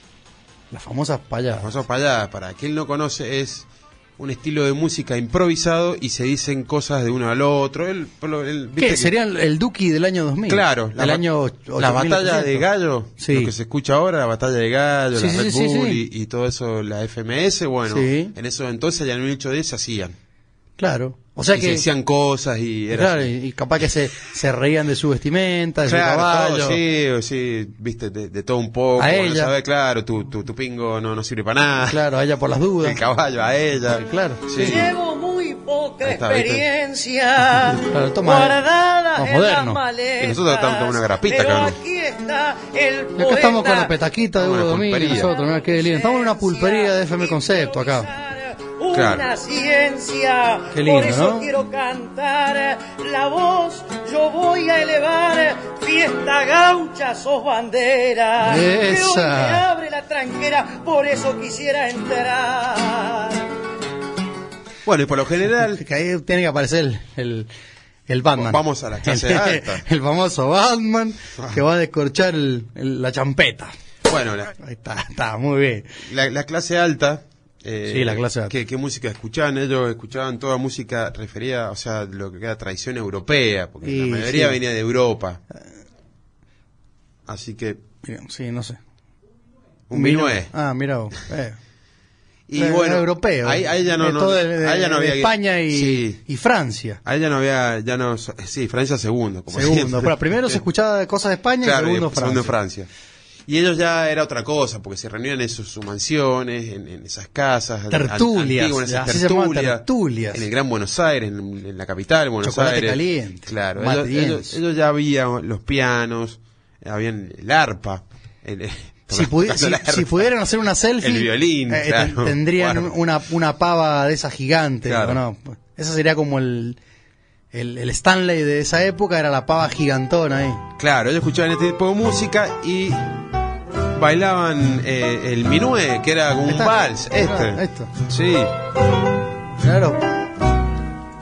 Speaker 3: Las famosas payadas.
Speaker 4: Las famosas payadas, para quien no conoce, es un estilo de música improvisado y se dicen cosas de uno al otro. El, el-
Speaker 3: ¿Qué?
Speaker 4: viste que-
Speaker 3: Sería el, el Duki del año 2000.
Speaker 4: Claro,
Speaker 3: del
Speaker 4: ba-
Speaker 3: año
Speaker 4: la batalla
Speaker 3: 8800.
Speaker 4: de gallo,
Speaker 3: Sí.
Speaker 4: lo que se escucha ahora, la batalla de gallo,
Speaker 3: Sí,
Speaker 4: la
Speaker 3: sí,
Speaker 4: Red
Speaker 3: sí, sí,
Speaker 4: Bull
Speaker 3: sí.
Speaker 4: Y, y todo eso, la FMS, bueno,
Speaker 3: Sí.
Speaker 4: en esos entonces ya en el 1010 se hacían.
Speaker 3: Claro. O sea
Speaker 4: y
Speaker 3: que.
Speaker 4: se decían cosas y era
Speaker 3: claro, y y capaz que se, se reían de su vestimenta, de
Speaker 4: Claro,
Speaker 3: su caballo.
Speaker 4: todo, sí, o sí, viste, de, de todo un poco,
Speaker 3: A
Speaker 4: no
Speaker 3: ella.
Speaker 4: sabes, claro, tu, tu, tu pingo no, no sirve para nada,
Speaker 3: Claro, allá por las dudas.
Speaker 4: el caballo a ella,
Speaker 3: Claro.
Speaker 4: sí.
Speaker 8: Llevo muy poca
Speaker 4: Ahí está, ¿viste?
Speaker 8: experiencia
Speaker 3: Claro, toma,
Speaker 8: guardada
Speaker 3: más
Speaker 8: en
Speaker 3: moderno.
Speaker 8: las maletas.
Speaker 4: Y nosotros estamos con una grapita,
Speaker 8: pero
Speaker 4: cabrón.
Speaker 8: aquí está el
Speaker 3: Y acá estamos con la
Speaker 8: poeta.
Speaker 3: petaquita de
Speaker 4: Estamos en
Speaker 3: Hugo
Speaker 4: la
Speaker 3: Domínguez,
Speaker 4: pulpería.
Speaker 3: nosotros, mirá qué lindo. Estamos en una pulpería de FM Concepto acá.
Speaker 8: Una
Speaker 4: Claro.
Speaker 8: ciencia,
Speaker 3: Qué lindo,
Speaker 8: por eso
Speaker 3: ¿no?
Speaker 8: quiero cantar la voz, yo voy a elevar fiesta gaucha, sos bandera. que hoy
Speaker 3: Esa.
Speaker 8: me abre la tranquera, por eso quisiera entrar.
Speaker 4: Bueno, y por lo general,
Speaker 3: Que ahí tiene que aparecer el, el, el Batman.
Speaker 4: Vamos a la clase
Speaker 3: El-
Speaker 4: alta. Ah.
Speaker 3: El famoso Batman que va a descorchar el- el- la champeta.
Speaker 4: bueno, la,
Speaker 3: Ahí está, está, muy bien.
Speaker 4: la, la clase alta... eh,
Speaker 3: Sí, la clase alta.
Speaker 4: ¿qué, qué música escuchaban? Ellos escuchaban toda música referida, o sea, lo que era tradición europea, porque
Speaker 3: Y,
Speaker 4: la mayoría
Speaker 3: sí.
Speaker 4: venía de Europa. Así que,
Speaker 3: Bien, Sí, no sé.
Speaker 4: un minué.
Speaker 3: Ah, mira vos. eh.
Speaker 4: Y
Speaker 3: Era
Speaker 4: bueno,
Speaker 3: europeo.
Speaker 4: ahí, ahí ya no,
Speaker 3: De
Speaker 4: no-
Speaker 3: todo de- de-
Speaker 4: ahí ya no
Speaker 3: de
Speaker 4: había...
Speaker 3: España y,
Speaker 4: Sí.
Speaker 3: y Francia.
Speaker 4: Ahí ya no había, ya no, sí, Francia segundo, como
Speaker 3: Segundo.
Speaker 4: siempre.
Speaker 3: Pero primero se escuchaba cosas de España
Speaker 4: Claro,
Speaker 3: y segundo
Speaker 4: y
Speaker 3: Francia.
Speaker 4: Francia. Y ellos ya era otra cosa, porque se reunían en sus, sus mansiones, en, en esas casas. an-
Speaker 3: Tertulias,
Speaker 4: antiguas, en esas
Speaker 3: así se llamaban
Speaker 4: tertulias,
Speaker 3: tertulias.
Speaker 4: En el Gran Buenos Aires, en, en la capital, Buenos
Speaker 3: Chocolate
Speaker 4: Aires.
Speaker 3: caliente,
Speaker 4: Claro,
Speaker 3: mate
Speaker 4: ellos,
Speaker 3: bien.
Speaker 4: ellos- ellos ya habían los pianos, habían el arpa. el- el-
Speaker 3: Si, pudi-
Speaker 4: tocando
Speaker 3: si-
Speaker 4: el arpa.
Speaker 3: si pudieran hacer una selfie,
Speaker 4: El violín,
Speaker 3: eh, ten-
Speaker 4: claro.
Speaker 3: tendrían
Speaker 4: Bueno.
Speaker 3: una, una pava de esas gigantes.
Speaker 4: Claro.
Speaker 3: ¿no? Esa sería como el, el, el Stanley de esa época, era la pava gigantona ahí.
Speaker 4: Claro, ellos escuchaban este tipo de música y bailaban eh, el minué, que era como
Speaker 3: Ahí
Speaker 4: un
Speaker 3: está.
Speaker 4: vals,
Speaker 3: Ahí
Speaker 4: este.
Speaker 3: está, esto.
Speaker 4: Sí.
Speaker 3: Claro.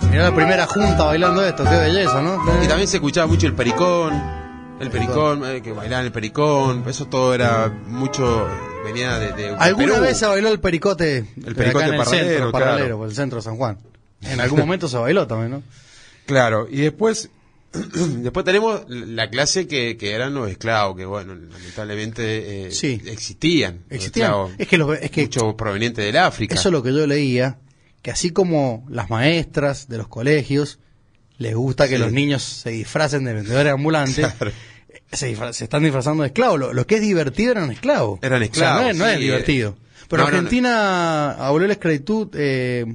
Speaker 3: Mirá la primera junta bailando esto, qué belleza, ¿no?
Speaker 4: Y también se escuchaba mucho el pericón, el pericón, eh, que bailaban el pericón, eso todo era mucho, venía de, de
Speaker 3: ¿Alguna
Speaker 4: Perú.
Speaker 3: vez se bailó el pericote?
Speaker 4: El
Speaker 3: de acá
Speaker 4: pericote
Speaker 3: en el
Speaker 4: parralero,
Speaker 3: centro,
Speaker 4: claro.
Speaker 3: paralelo, por el centro de San Juan. En algún momento se bailó también, ¿no?
Speaker 4: Claro, y después, después tenemos la clase que, que eran los esclavos, que bueno, lamentablemente eh,
Speaker 3: Sí.
Speaker 4: existían. los
Speaker 3: Existían.
Speaker 4: esclavos,
Speaker 3: Es que los- es que-
Speaker 4: muchos provenientes del África.
Speaker 3: Eso es lo que yo leía, que así como las maestras de los colegios les gusta que
Speaker 4: Sí.
Speaker 3: los niños se disfracen de vendedores ambulantes,
Speaker 4: Claro.
Speaker 3: se, disfra- se están disfrazando de esclavos. Lo, lo que es divertido eran esclavos.
Speaker 4: Eran esclavos,
Speaker 3: O sea, no es, no es
Speaker 4: sí,
Speaker 3: divertido. Pero
Speaker 4: no, no, no.
Speaker 3: Argentina abolió la esclavitud eh,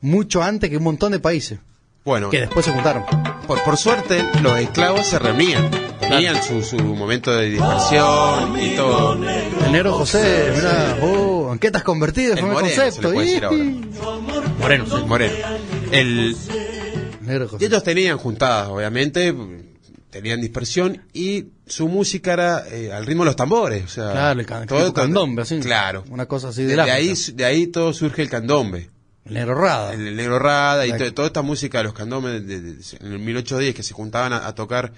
Speaker 3: mucho antes que un montón de países,
Speaker 4: Bueno,
Speaker 3: que después se juntaron.
Speaker 4: Por, por suerte, los esclavos se reunían. Tenían su, su momento de dispersión y todo.
Speaker 3: El negro José, mirá, oh, ¿en qué estás convertido?
Speaker 4: El
Speaker 3: Fue mi
Speaker 4: moreno, se le
Speaker 3: concepto.
Speaker 4: puede decir
Speaker 3: ¡Ih!
Speaker 4: ahora.
Speaker 3: El
Speaker 4: Moreno. Moreno. El,
Speaker 3: negro
Speaker 4: y
Speaker 3: José.
Speaker 4: ellos tenían juntadas, obviamente, tenían dispersión y su música era eh, al ritmo de los tambores. O sea,
Speaker 3: Claro, el can- el candombe, así.
Speaker 4: Claro.
Speaker 3: Una cosa así
Speaker 4: de,
Speaker 3: del
Speaker 4: de
Speaker 3: África.
Speaker 4: ahí, su- de ahí todo surge el candombe.
Speaker 3: El negro Rada.
Speaker 4: El, el negro Rada y
Speaker 3: Exacto.
Speaker 4: to- toda esta música de los candombes de, de- de- en el 1810 que se juntaban a, a tocar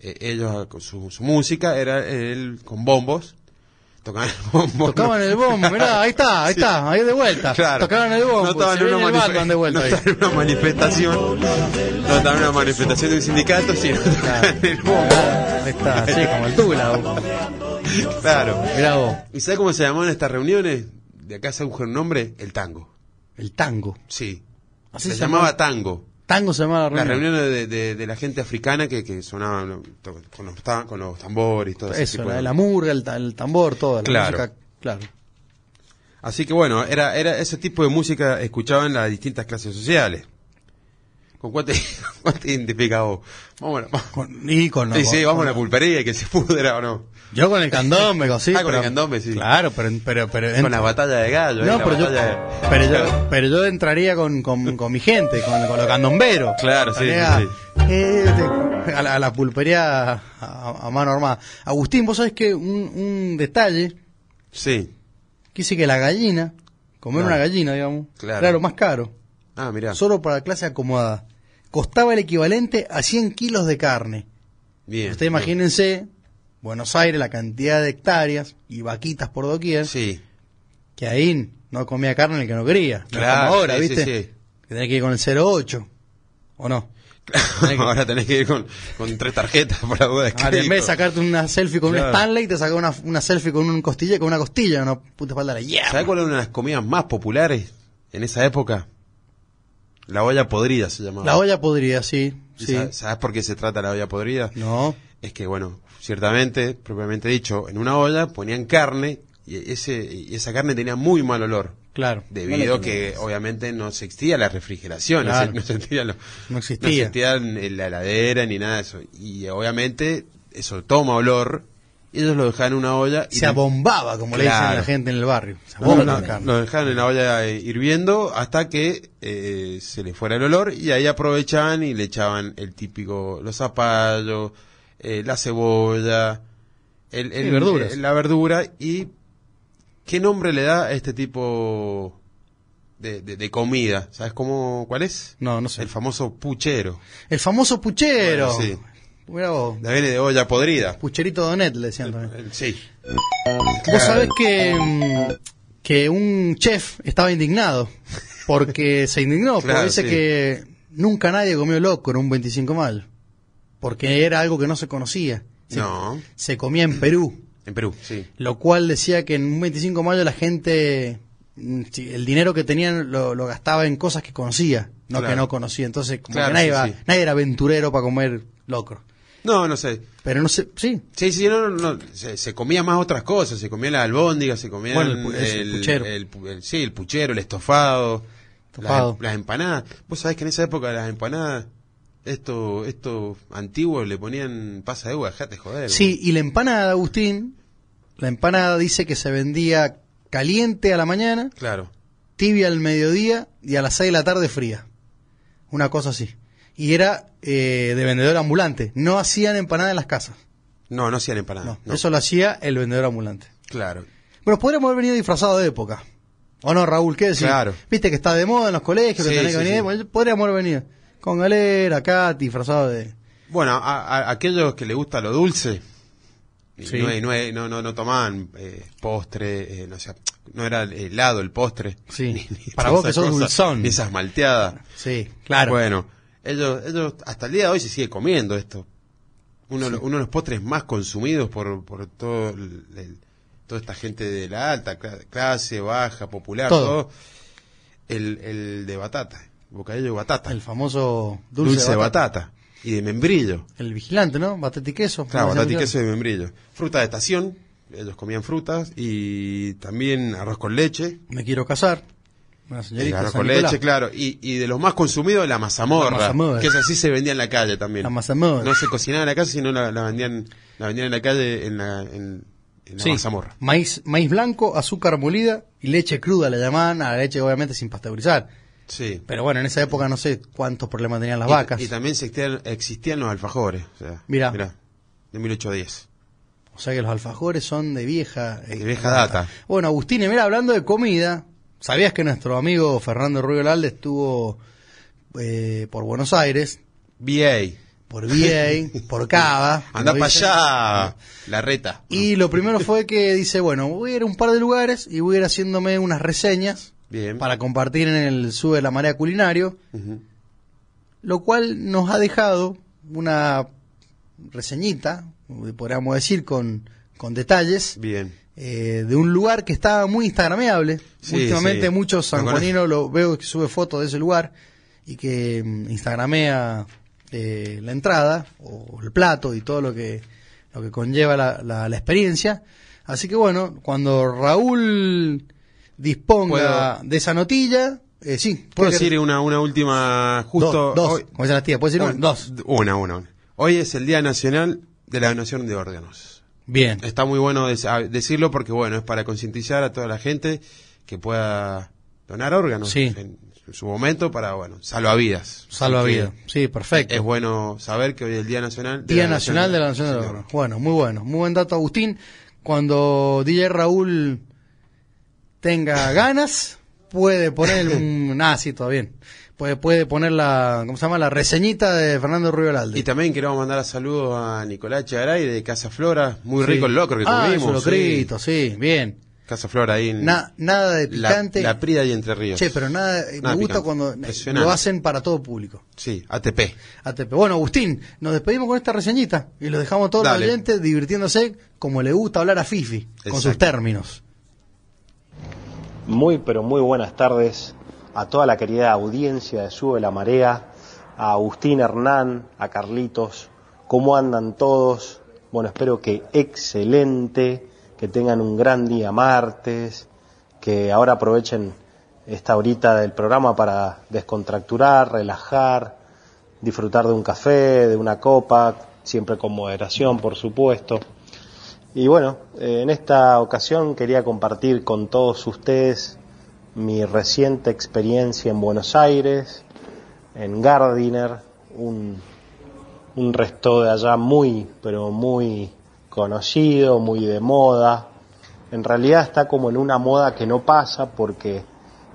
Speaker 4: eh, ellos a- con su, su música, era él con bombos. Tocaban el bombo.
Speaker 3: Tocaban el bombo, mirá, ahí está, ahí
Speaker 4: Sí.
Speaker 3: está, ahí de vuelta.
Speaker 4: Claro.
Speaker 3: Tocaban el bombo,
Speaker 4: No estaban
Speaker 3: se
Speaker 4: en una,
Speaker 3: viene el
Speaker 4: manife-
Speaker 3: Batman de vuelta
Speaker 4: no
Speaker 3: ahí.
Speaker 4: estaban en una manifestación. No estaban en una manifestación de un sindicato, sino tocaban el bombo.
Speaker 3: Ahí está, sí, como el Tula. vos.
Speaker 4: Claro.
Speaker 3: Mirá vos,
Speaker 4: ¿Y sabes cómo se llamaban estas reuniones? De acá se busca un nombre, el tango.
Speaker 3: el tango.
Speaker 4: Sí.
Speaker 3: Así
Speaker 4: se
Speaker 3: se
Speaker 4: llamaba
Speaker 3: llamaba.
Speaker 4: tango.
Speaker 3: Tango se llamaba la
Speaker 4: Las
Speaker 3: reunión.
Speaker 4: reuniones de, de- de la gente africana que, que sonaban ¿no? To- con los, ta- con los tambores y todo ese
Speaker 3: Eso,
Speaker 4: tipo
Speaker 3: la,
Speaker 4: de-
Speaker 3: la murga, el, ta- el tambor, toda la
Speaker 4: Claro.
Speaker 3: música. Claro.
Speaker 4: Así que bueno, era, era ese tipo de música escuchaban las distintas clases sociales. ¿Con cuál te, cuál te identificas vos? Vamos a la- vamos-
Speaker 3: Con, y con
Speaker 4: sí, sí,
Speaker 3: con-
Speaker 4: vamos a la pulpería y que se pudra o no.
Speaker 3: Yo con el candombe, sí.
Speaker 4: Ah, con
Speaker 3: pero-
Speaker 4: el candombe, sí.
Speaker 3: Claro, pero. pero, pero
Speaker 4: Con la batalla de gallo. eh,
Speaker 3: no,
Speaker 4: la
Speaker 3: pero yo,
Speaker 4: batalla de-
Speaker 3: pero, yo, pero yo entraría con, con, con mi gente, con, con los candomberos.
Speaker 4: Claro, sí,
Speaker 3: Entraría,
Speaker 4: sí,
Speaker 3: eh, te- a, la, a la pulpería a, a mano armada. Agustín, vos sabés que un, un detalle
Speaker 4: Sí.
Speaker 3: que dice que la gallina, comer
Speaker 4: Claro.
Speaker 3: una gallina, digamos,
Speaker 4: Claro.
Speaker 3: era lo más caro,
Speaker 4: Ah, mirá.
Speaker 3: solo para clase acomodada. Costaba el equivalente a 100 kilos de carne.
Speaker 4: Bien.
Speaker 3: Ustedes imagínense, Buenos Aires, la cantidad de hectáreas y vaquitas por doquier,
Speaker 4: Sí.
Speaker 3: que ahí no comía carne el que no quería. No es
Speaker 4: Claro,
Speaker 3: como ahora,
Speaker 4: sí, sí,
Speaker 3: ¿viste?
Speaker 4: sí.
Speaker 3: Que tenés que ir con el 08. ¿O no?
Speaker 4: Ahora tenés que ir con, con tres tarjetas por la duda de
Speaker 3: Ahora, en vez Ah, de
Speaker 4: crédito.
Speaker 3: sacarte una selfie con un
Speaker 4: Claro.
Speaker 3: Stanley, te sacas una, una selfie con un costilla, con una costilla, una puta espalda. Yeah.
Speaker 4: ¿Sabés cuál era una de las comidas más populares en esa época? La olla podrida se llamaba.
Speaker 3: La olla podría, sí.
Speaker 4: ¿Y
Speaker 3: sí.
Speaker 4: sa- ¿Sabés por qué se trata la olla podrida?
Speaker 3: No.
Speaker 4: Es que, bueno, ciertamente, propiamente dicho, en una olla ponían carne y, ese, y esa carne tenía muy mal olor.
Speaker 3: Claro.
Speaker 4: Debido a que obviamente no existía la refrigeración,
Speaker 3: Claro.
Speaker 4: no, existía lo-
Speaker 3: No existía.
Speaker 4: no existía la heladera ni nada de eso. Y obviamente eso toma olor, y ellos lo dejaban en una olla y
Speaker 3: Se abombaba, como le dicen a la
Speaker 4: Claro.
Speaker 3: gente en el barrio. Se
Speaker 4: No,
Speaker 3: abomba
Speaker 4: no,
Speaker 3: la
Speaker 4: no,
Speaker 3: carne.
Speaker 4: lo dejaban en la olla eh, hirviendo hasta que eh, se le fuera el olor y ahí aprovechaban y le echaban el típico, los zapallos, eh, la cebolla, el, el-
Speaker 3: Sí, verduras.
Speaker 4: eh, la verdura y qué nombre le da a este tipo de, de- de comida, ¿sabes cómo, cuál es?
Speaker 3: No, no sé.
Speaker 4: El famoso puchero,
Speaker 3: El famoso puchero.
Speaker 4: Bueno, sí.
Speaker 3: Mirá vos.
Speaker 4: la viene de olla podrida.
Speaker 3: Pucherito Donet, le decían también.
Speaker 4: Eh, Sí,
Speaker 3: Vos sabés que, mm, que un chef estaba indignado. Porque se indignó.
Speaker 4: Claro,
Speaker 3: porque dice
Speaker 4: sí.
Speaker 3: que nunca nadie comió loco en un 25 de mayo. Porque era algo que no se conocía. Se,
Speaker 4: no,
Speaker 3: se comía en Perú.
Speaker 4: en Perú, sí.
Speaker 3: Lo cual decía que en un 25 de mayo la gente. mm, sí, El dinero que tenían lo, lo gastaba en cosas que conocía, no
Speaker 4: Claro.
Speaker 3: que no conocía. Entonces, como
Speaker 4: Claro,
Speaker 3: que nadie,
Speaker 4: sí,
Speaker 3: iba-
Speaker 4: sí.
Speaker 3: nadie era aventurero para comer locro.
Speaker 4: No, no sé.
Speaker 3: Pero no sé, sí,
Speaker 4: Sí, sí, no, no, no, se, se comía más otras cosas, se comía la albóndiga, se comía
Speaker 3: Bueno, el pu- es el puchero.
Speaker 4: sí, el puchero, el estofado,
Speaker 3: Estofado.
Speaker 4: Las, las empanadas. Vos sabés que en esa época las empanadas, esto, esto antiguo le ponían pasa de uva, dejate joder.
Speaker 3: Sí, y la empanada, Agustín, la empanada dice que se vendía caliente a la mañana,
Speaker 4: vos. Claro.
Speaker 3: tibia al mediodía y a las 6 de la tarde fría. Una cosa así. Y era eh, de vendedor ambulante. No hacían empanada en las casas.
Speaker 4: No, no hacían empanadas.
Speaker 3: No,
Speaker 4: Ah, no.
Speaker 3: eso lo hacía el vendedor ambulante.
Speaker 4: Claro.
Speaker 3: Bueno, podríamos haber venido disfrazado de época. ¿O no, Raúl? ¿Qué decís?
Speaker 4: Claro.
Speaker 3: Viste que está de moda en los colegios, que
Speaker 4: Sí,
Speaker 3: tenés que
Speaker 4: sí,
Speaker 3: venir.
Speaker 4: sí.
Speaker 3: Bueno, Podríamos haber venido con galera, acá, disfrazado de...
Speaker 4: Bueno, a, a- aquellos que les gusta lo dulce, y
Speaker 3: Sí.
Speaker 4: no, no, no, no, no tomaban eh, postre, eh, no, sé, no era helado el postre.
Speaker 3: Sí. Para
Speaker 4: todas
Speaker 3: vos que
Speaker 4: esas
Speaker 3: sos dulzón.
Speaker 4: Ni esas malteadas.
Speaker 3: Sí, claro.
Speaker 4: Bueno, ellos, ellos hasta el día de hoy se sigue comiendo esto. Uno, de los- uno de los postres más consumidos por, por todo el- el- toda esta gente de la alta cla- clase, baja, popular,
Speaker 3: Todo.
Speaker 4: todo. El, el de batata, bocadillo de batata,
Speaker 3: El famoso dulce,
Speaker 4: dulce,
Speaker 3: de
Speaker 4: de
Speaker 3: batata.
Speaker 4: batata. y de membrillo.
Speaker 3: El vigilante, ¿no? Batata y queso.
Speaker 4: Claro,
Speaker 3: Como
Speaker 4: batata y
Speaker 3: decía
Speaker 4: queso de membrillo. Fruta de estación, ellos comían frutas y también arroz con leche.
Speaker 3: Miguel. Me quiero casar. Una señorita.
Speaker 4: El arroz
Speaker 3: San
Speaker 4: con
Speaker 3: Nicolás.
Speaker 4: leche, claro. Y, y de los más consumidos, la mazamorra.
Speaker 3: La mazamorra.
Speaker 4: Que es así se vendía en la calle también.
Speaker 3: La mazamorra.
Speaker 4: No se cocinaba en la casa, sino la, la vendían la vendían en la calle en la, en, en la
Speaker 3: Sí.
Speaker 4: mazamorra.
Speaker 3: Maíz, maíz blanco, azúcar molida y leche cruda la llamaban a la leche obviamente sin pasteurizar.
Speaker 4: Sí.
Speaker 3: Pero bueno, en esa época no sé cuántos problemas tenían las vacas.
Speaker 4: Y, y también se existían, existían los alfajores. O sea,
Speaker 3: Mirá.
Speaker 4: de 1810.
Speaker 3: O sea que los alfajores son de vieja, eh,
Speaker 4: De vieja data.
Speaker 3: Bueno, Agustín, y mira, hablando de comida, ¿sabías que nuestro amigo Fernando Rubio Lalde estuvo eh, por Buenos Aires,
Speaker 4: BA.
Speaker 3: por VA, por Cava?
Speaker 4: Anda
Speaker 3: como
Speaker 4: para
Speaker 3: dicen?
Speaker 4: allá. La reta.
Speaker 3: Y lo primero fue que dice, bueno, voy a ir a un par de lugares y voy a ir haciéndome unas reseñas
Speaker 4: Bien.
Speaker 3: para compartir en el Sube la Marea Culinario,
Speaker 4: Ujú.
Speaker 3: lo cual nos ha dejado una reseñita, podríamos decir, con, con detalles,
Speaker 4: Bien.
Speaker 3: eh, de un lugar que estaba muy instagrameable.
Speaker 4: Sí,
Speaker 3: Últimamente
Speaker 4: sí.
Speaker 3: muchos
Speaker 4: Lo
Speaker 3: sanjuaninos lo veo que sube fotos de ese lugar y que mm, instagramea eh, la entrada o el plato y todo lo que lo que conlleva la, la- la experiencia. Así que bueno, cuando Raúl disponga de esa notilla, eh, sí,
Speaker 4: ¿Puedo
Speaker 3: creo que-
Speaker 4: decir una, una última? Justo
Speaker 3: dos, dos,
Speaker 4: hoy-
Speaker 3: como dicen las tías, ¿puedo decir
Speaker 4: hoy-
Speaker 3: un- dos?
Speaker 4: Una, una, una. Hoy es el Día Nacional de la Donación de Órganos.
Speaker 3: Bien,
Speaker 4: Está muy bueno des- a- decirlo porque, bueno, es para concientizar a toda la gente que pueda donar órganos
Speaker 3: Sí.
Speaker 4: en su- su momento para, bueno, salvavidas.
Speaker 3: salva
Speaker 4: Así que
Speaker 3: vida. Sí, perfecto.
Speaker 4: Es bueno saber que hoy es el Día Nacional
Speaker 3: Día Nacional de la Nación de Oro. Bueno, muy bueno. Muy buen dato, Agustín. Cuando DJ Raúl tenga ganas, puede poner un... Ah, sí, todo bien. Puede, puede poner la... ¿Cómo se llama? La reseñita de Fernando Rubio Lalde.
Speaker 4: Y también queremos mandar a saludos a Nicolás Chagaray de Casa Flora. Muy
Speaker 3: Sí.
Speaker 4: rico el locro que
Speaker 3: ah,
Speaker 4: comimos.
Speaker 3: eso,
Speaker 4: sí.
Speaker 3: locrito, sí. bien.
Speaker 4: Casa Flor ahí en
Speaker 3: Na- nada de
Speaker 4: la,
Speaker 3: picante.
Speaker 4: la Prida y Entre Ríos.
Speaker 3: Che, pero nada, eh,
Speaker 4: Nada
Speaker 3: me gusta
Speaker 4: picante.
Speaker 3: cuando
Speaker 4: Impresionante.
Speaker 3: lo hacen para todo público.
Speaker 4: Sí, ATP.
Speaker 3: ATP. Bueno, Agustín, nos despedimos con esta reseñita y los dejamos a todos los
Speaker 4: Dale.
Speaker 3: oyentes divirtiéndose como le gusta hablar a Fifi, con sus
Speaker 4: Exacto.
Speaker 3: términos.
Speaker 9: Muy, pero muy buenas tardes a toda la querida audiencia de Sube la Marea, a Agustín Hernán, a Carlitos, ¿cómo andan todos? Bueno, espero que excelente, que tengan un gran día martes, que ahora aprovechen esta horita del programa para descontracturar, relajar, disfrutar de un café, de una copa, siempre con moderación, por supuesto. Y bueno, eh, en esta ocasión quería compartir con todos ustedes mi reciente experiencia en Buenos Aires, en Gardiner, un, un resto de allá muy, pero muy conocido, muy de moda. En realidad está como en una moda que no pasa porque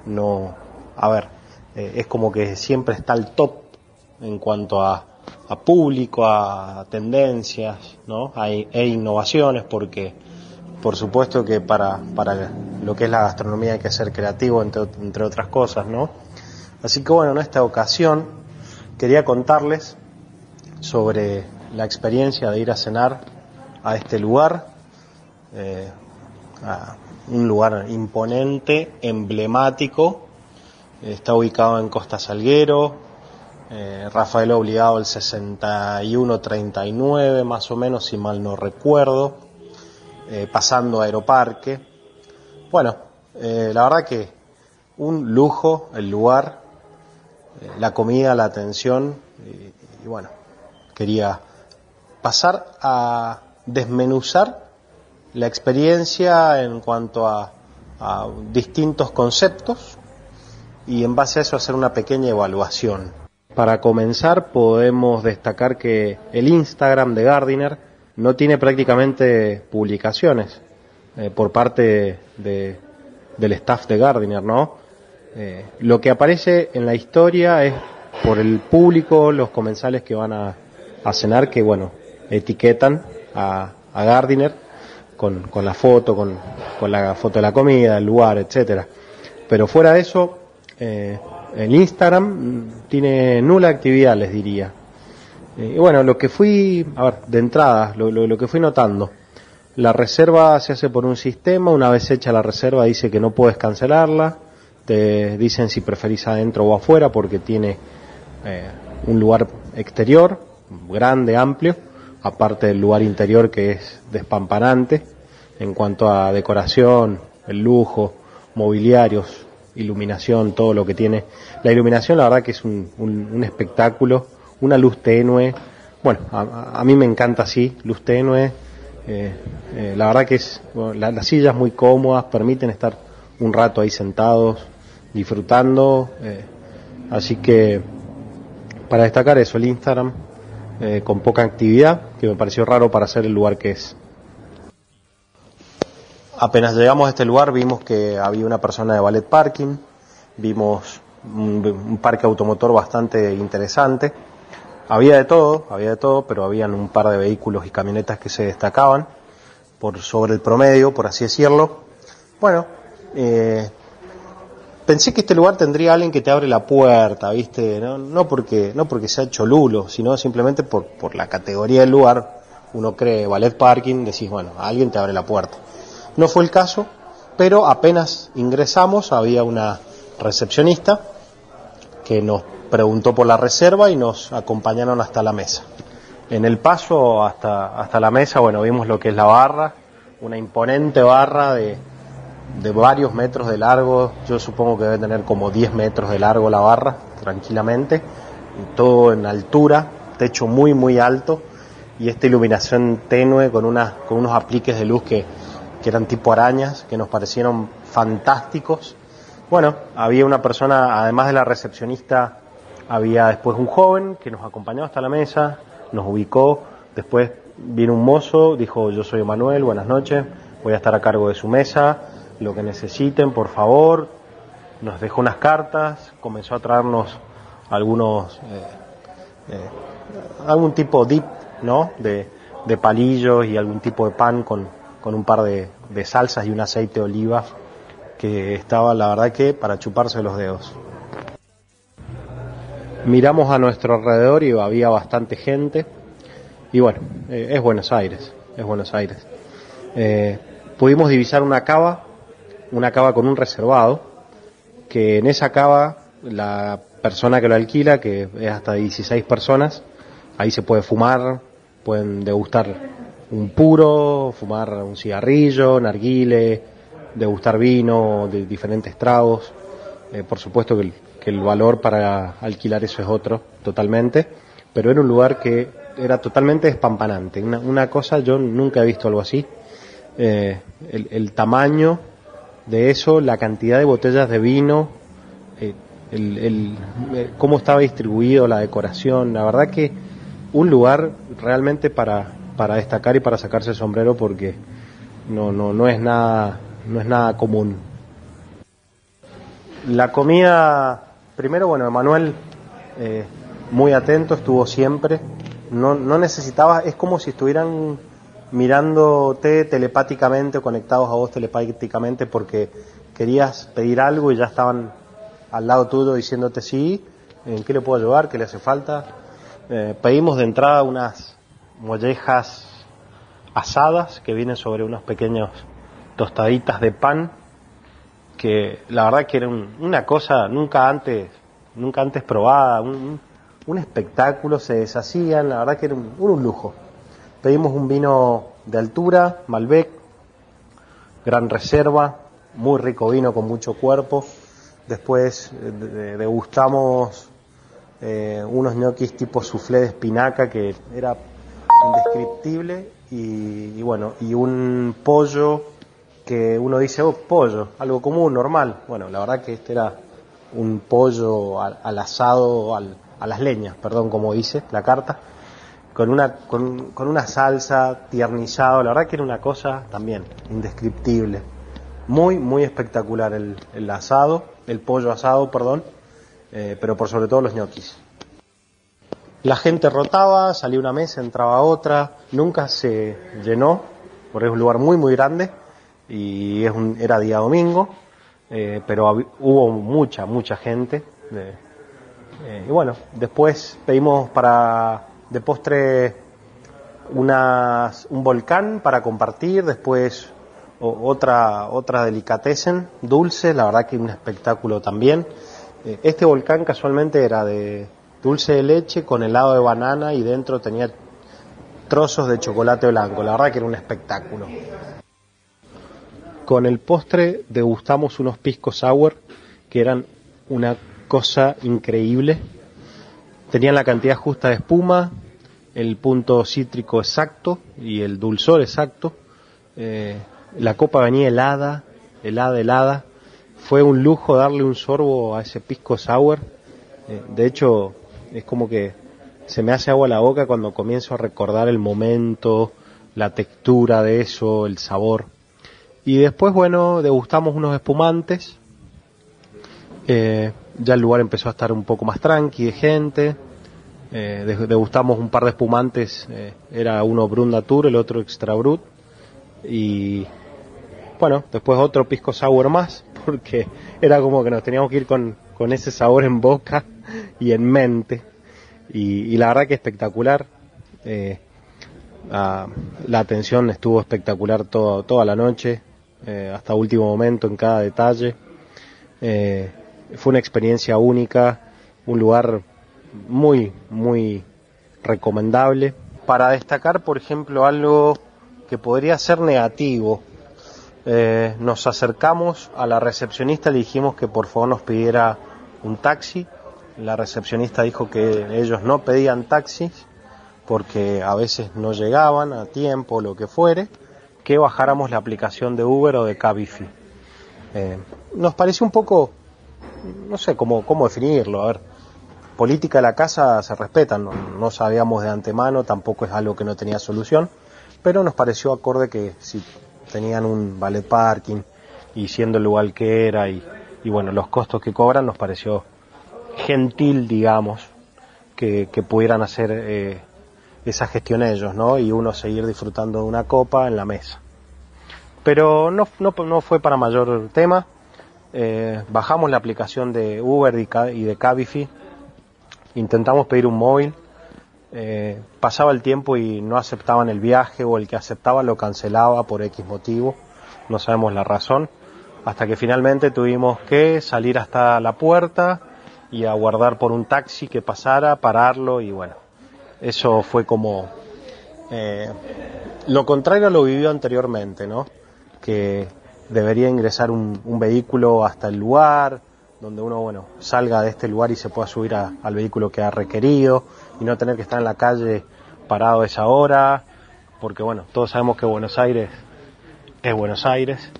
Speaker 9: no, a ver, eh, es como que siempre está el top en cuanto a, a público, a tendencias ¿no? A- e innovaciones, porque por supuesto que para, para lo que es la gastronomía hay que ser creativo, entre, entre otras cosas. ¿no? Así que bueno, en esta ocasión quería contarles sobre la experiencia de ir a cenar a este lugar, eh, a un lugar imponente, emblemático, está ubicado en Costa Salguero, eh, Rafael obligado el 61-39 más o menos, si mal no recuerdo, eh, pasando a Aeroparque. Bueno, eh, la verdad que un lujo el lugar, eh, la comida, la atención, y, y bueno, quería pasar a desmenuzar la experiencia en cuanto a- a distintos conceptos y en base a eso hacer una pequeña evaluación. Para comenzar podemos destacar que el Instagram de Gardiner no tiene prácticamente publicaciones eh, por parte de- del staff de Gardiner, ¿no? Eh, lo que aparece en la historia es por el público, los comensales que van a, a cenar, que bueno, etiquetan a, a Gardiner con, con la foto, con, con la foto de la comida, el lugar, etcétera. Pero fuera de eso, eh, el Instagram mm, tiene nula actividad, les diría. Eh, y bueno, lo que fui, a ver, de entrada, lo, lo- lo que fui notando, la reserva se hace por un sistema, una vez hecha la reserva dice que no puedes cancelarla, te dicen si preferís adentro o afuera porque tiene eh, un lugar exterior, grande, amplio, aparte del lugar interior que es despampanante en cuanto a decoración, el lujo, mobiliarios, iluminación, todo lo que tiene. La iluminación la verdad que es un, un- un espectáculo, una luz tenue. Bueno, a- a, a mí me encanta así, luz tenue. Eh, eh, la verdad que es, bueno, la- las sillas muy cómodas, permiten estar un rato ahí sentados, disfrutando. eh, así que para destacar eso, el Instagram eh, con poca actividad, que me pareció raro para ser el lugar que es. Apenas llegamos a este lugar vimos que había una persona de ballet parking, vimos un, un parque automotor bastante interesante, había de todo, había de todo, pero habían un par de vehículos y camionetas que se destacaban por sobre el promedio, por así decirlo. Bueno, eh, pensé que este lugar tendría alguien que te abre la puerta, ¿viste? No, no porque no porque sea cholulo, sino simplemente por, por la categoría del lugar. Uno cree ballet parking, decís, bueno, alguien te abre la puerta. No fue el caso, pero apenas ingresamos había una recepcionista que nos preguntó por la reserva y nos acompañaron hasta la mesa. En el paso hasta, hasta la mesa, bueno, vimos lo que es la barra, una imponente barra de, de varios metros de largo, yo supongo que debe tener como 10 metros de largo la barra, tranquilamente, y todo en altura, techo muy muy alto, y esta iluminación tenue con, unas con unos apliques de luz que, que eran tipo arañas, que nos parecieron fantásticos. Bueno, había una persona, además de la recepcionista, había después un joven que nos acompañó hasta la mesa, nos ubicó, después vino un mozo, dijo yo soy Manuel, buenas noches, voy a estar a cargo de su mesa, lo que necesiten, por favor, nos dejó unas cartas, comenzó a traernos algunos, eh, eh, algún tipo dip, ¿no? De, de palillos y algún tipo de pan con, con un par de, de salsas y un aceite de oliva que estaba, la verdad que, para chuparse los dedos. Miramos a nuestro alrededor y había bastante gente. Y bueno, eh, es Buenos Aires, es Buenos Aires. Eh, pudimos divisar una cava, una cava con un reservado, que en esa cava la persona que lo alquila, que es hasta 16 personas, ahí se puede fumar, pueden degustar un puro, fumar un cigarrillo, narguile, degustar vino, de diferentes tragos. Eh, por supuesto que el, que el valor para alquilar eso es otro, totalmente, pero era un lugar que era totalmente despampanante. Una, una cosa, yo nunca he visto algo así. Eh, el, el tamaño de eso, la cantidad de botellas de vino, eh, el, el- eh, cómo estaba distribuido, la decoración, la verdad que un lugar realmente para, para destacar y para sacarse el sombrero porque no, no, no es nada, no es nada común. La comida, primero, bueno, Emanuel, eh, muy atento, estuvo siempre. No, no necesitaba, es como si estuvieran mirándote telepáticamente o conectados a vos telepáticamente porque querías pedir algo y ya estaban al lado tuyo diciéndote sí, en qué le puedo ayudar, qué le hace falta. Eh, pedimos de entrada unas mollejas asadas que vienen sobre unos pequeños tostaditas de pan que la verdad que era un- una cosa nunca antes, nunca antes probada, un, un espectáculo, se deshacían, la verdad que era un, un lujo. Pedimos un vino de altura, Malbec, gran reserva, muy rico vino con mucho cuerpo. Después eh, de- de- degustamos eh, unos ñoquis tipo soufflé de espinaca que era indescriptible y, y bueno, y un pollo que uno dice, oh, pollo, algo común, normal. Bueno, la verdad que este era un pollo al, al asado, al- a las leñas, perdón, como dice la carta, con una, con, con una salsa tiernizado, la verdad que era una cosa también indescriptible. Muy, muy espectacular el, el asado, el pollo asado, perdón, eh, pero por sobre todo los ñoquis. La gente rotaba, salía una mesa, entraba otra, nunca se llenó, porque es un lugar muy muy grande y es un- era día domingo, eh, pero hab- hubo mucha, mucha gente. eh, eh, y bueno, después pedimos para de postre unas, un volcán para compartir, después o- otra, otra delicatessen dulce, la verdad que un espectáculo también. Eh, Este volcán casualmente era de dulce de leche con helado de banana y dentro tenía trozos de chocolate blanco, la verdad que era un espectáculo. Con el postre degustamos unos pisco sour que eran una cosa increíble. Tenían la cantidad justa de espuma, el punto cítrico exacto y el dulzor exacto. Eh, la copa venía helada, helada, helada. Fue un lujo darle un sorbo a ese pisco sour. Eh, de hecho, es como que se me hace agua la boca cuando comienzo a recordar el momento, la textura de eso, el sabor. Y después, bueno, degustamos unos espumantes. Eh, ya el lugar empezó a estar un poco más tranqui de gente. Eh, de- degustamos un par de espumantes, eh, era uno Brunda Tour, el otro Extra Brut. Y bueno, después otro pisco sour más, porque era como que nos teníamos que ir con, con ese sabor en boca y en mente. Y, y la verdad que espectacular. Eh, ah, la atención estuvo espectacular todo- toda la noche, eh, hasta último momento en cada detalle. Eh, fue una experiencia única, un lugar muy, muy recomendable. Para destacar, por ejemplo, algo que podría ser negativo, eh, nos acercamos a la recepcionista, le dijimos que por favor nos pidiera un taxi. La recepcionista dijo que ellos no pedían taxis porque a veces no llegaban a tiempo, lo que fuere, que bajáramos la aplicación de Uber o de Cabify. Eh, nos pareció un poco, no sé cómo, cómo definirlo, a ver, política de la casa se respeta, no, no sabíamos de antemano, tampoco es algo que no tenía solución, pero nos pareció acorde que si tenían un valet parking y siendo el lugar que era y, y bueno, los costos que cobran nos pareció gentil, digamos, que, que pudieran hacer eh, esa gestión ellos, ¿no? Y uno seguir disfrutando de una copa en la mesa. Pero no, no, no fue para mayor tema. Eh, bajamos la aplicación de Uber y, Ca- y de Cabify. Intentamos pedir un móvil. Eh, pasaba el tiempo y no aceptaban el viaje o el que aceptaba lo cancelaba por X motivo. No sabemos la razón. Hasta que finalmente tuvimos que salir hasta la puerta y aguardar por un taxi que pasara, pararlo y bueno. Eso fue como eh, lo contrario a lo vivido anteriormente, ¿no? Que debería ingresar un, un vehículo hasta el lugar, donde uno, bueno, salga de este lugar y se pueda subir a- al vehículo que ha requerido y no tener que estar en la calle parado a esa hora, porque, bueno, todos sabemos que Buenos Aires es Buenos Aires.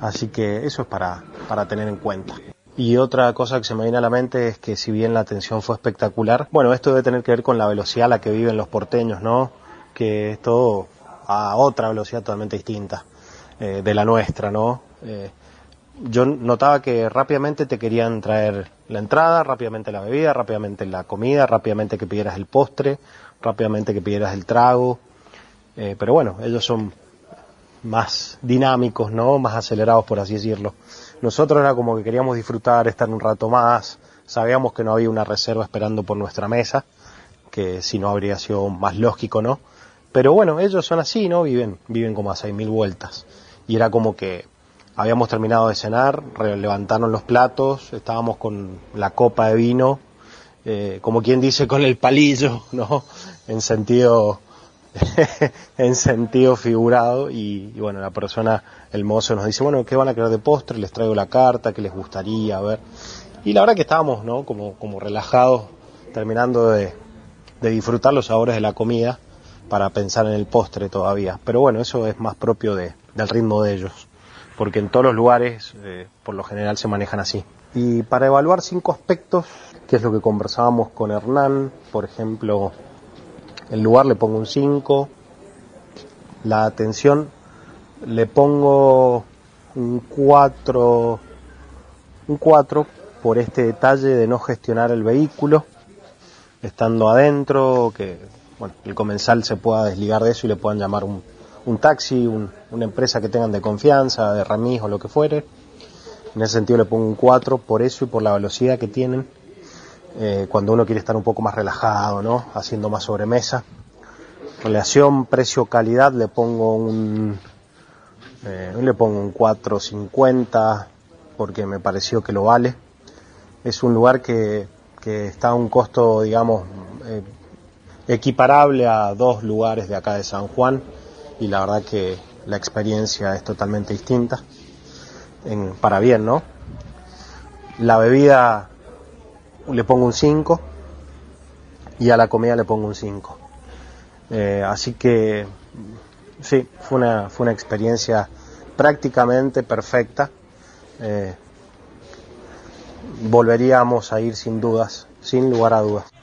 Speaker 9: Así que eso es para, para tener en cuenta. Y otra cosa que se me viene a la mente es que si bien la atención fue espectacular, bueno, esto debe tener que ver con la velocidad a la que viven los porteños, ¿no? Que es todo a otra velocidad totalmente distinta eh, de la nuestra, ¿no? Eh, yo notaba que rápidamente te querían traer la entrada, rápidamente la bebida, rápidamente la comida, rápidamente que pidieras el postre, rápidamente que pidieras el trago. Eh, pero bueno, ellos son más dinámicos, ¿no? Más acelerados, por así decirlo. Nosotros era como que queríamos disfrutar, estar un rato más. Sabíamos que no había una reserva esperando por nuestra mesa, que si no habría sido más lógico, ¿no? Pero bueno, ellos son así, ¿no? Viven, viven como a 6.000 vueltas. Y era como que habíamos terminado de cenar, re- levantaron los platos, estábamos con la copa de vino, eh, como quien dice, con el palillo, ¿no? En sentido en sentido figurado y, y bueno, la persona, el mozo nos dice, bueno, ¿qué van a querer de postre? Les traigo la carta, ¿qué les gustaría? A ver. Y la verdad que estábamos, ¿no? Como, como relajados, terminando de, de disfrutar los sabores de la comida para pensar en el postre todavía. Pero bueno, eso es más propio de, del ritmo de ellos, porque en todos los lugares eh, por lo general se manejan así. Y para evaluar cinco aspectos, que es lo que conversábamos con Hernán, por ejemplo, el lugar le pongo un 5. La atención le pongo un 4. Un 4 por este detalle de no gestionar el vehículo estando adentro, que bueno, el comensal se pueda desligar de eso y le puedan llamar un, un taxi, un- una empresa que tengan de confianza, de remis o lo que fuere. En ese sentido le pongo un 4 por eso y por la velocidad que tienen eh, cuando uno quiere estar un poco más relajado, ¿no? Haciendo más sobremesa. Relación precio-calidad le pongo un eh, le pongo un 4.50 porque me pareció que lo vale. Es un lugar que, que está a un costo, digamos, eh, equiparable a dos lugares de acá de San Juan y la verdad que la experiencia es totalmente distinta. En, para bien, ¿no? La bebida le pongo un 5 y a la comida le pongo un 5. Eh, así que sí, fue una, fue una experiencia prácticamente perfecta. Eh, volveríamos a ir sin dudas, sin lugar a dudas.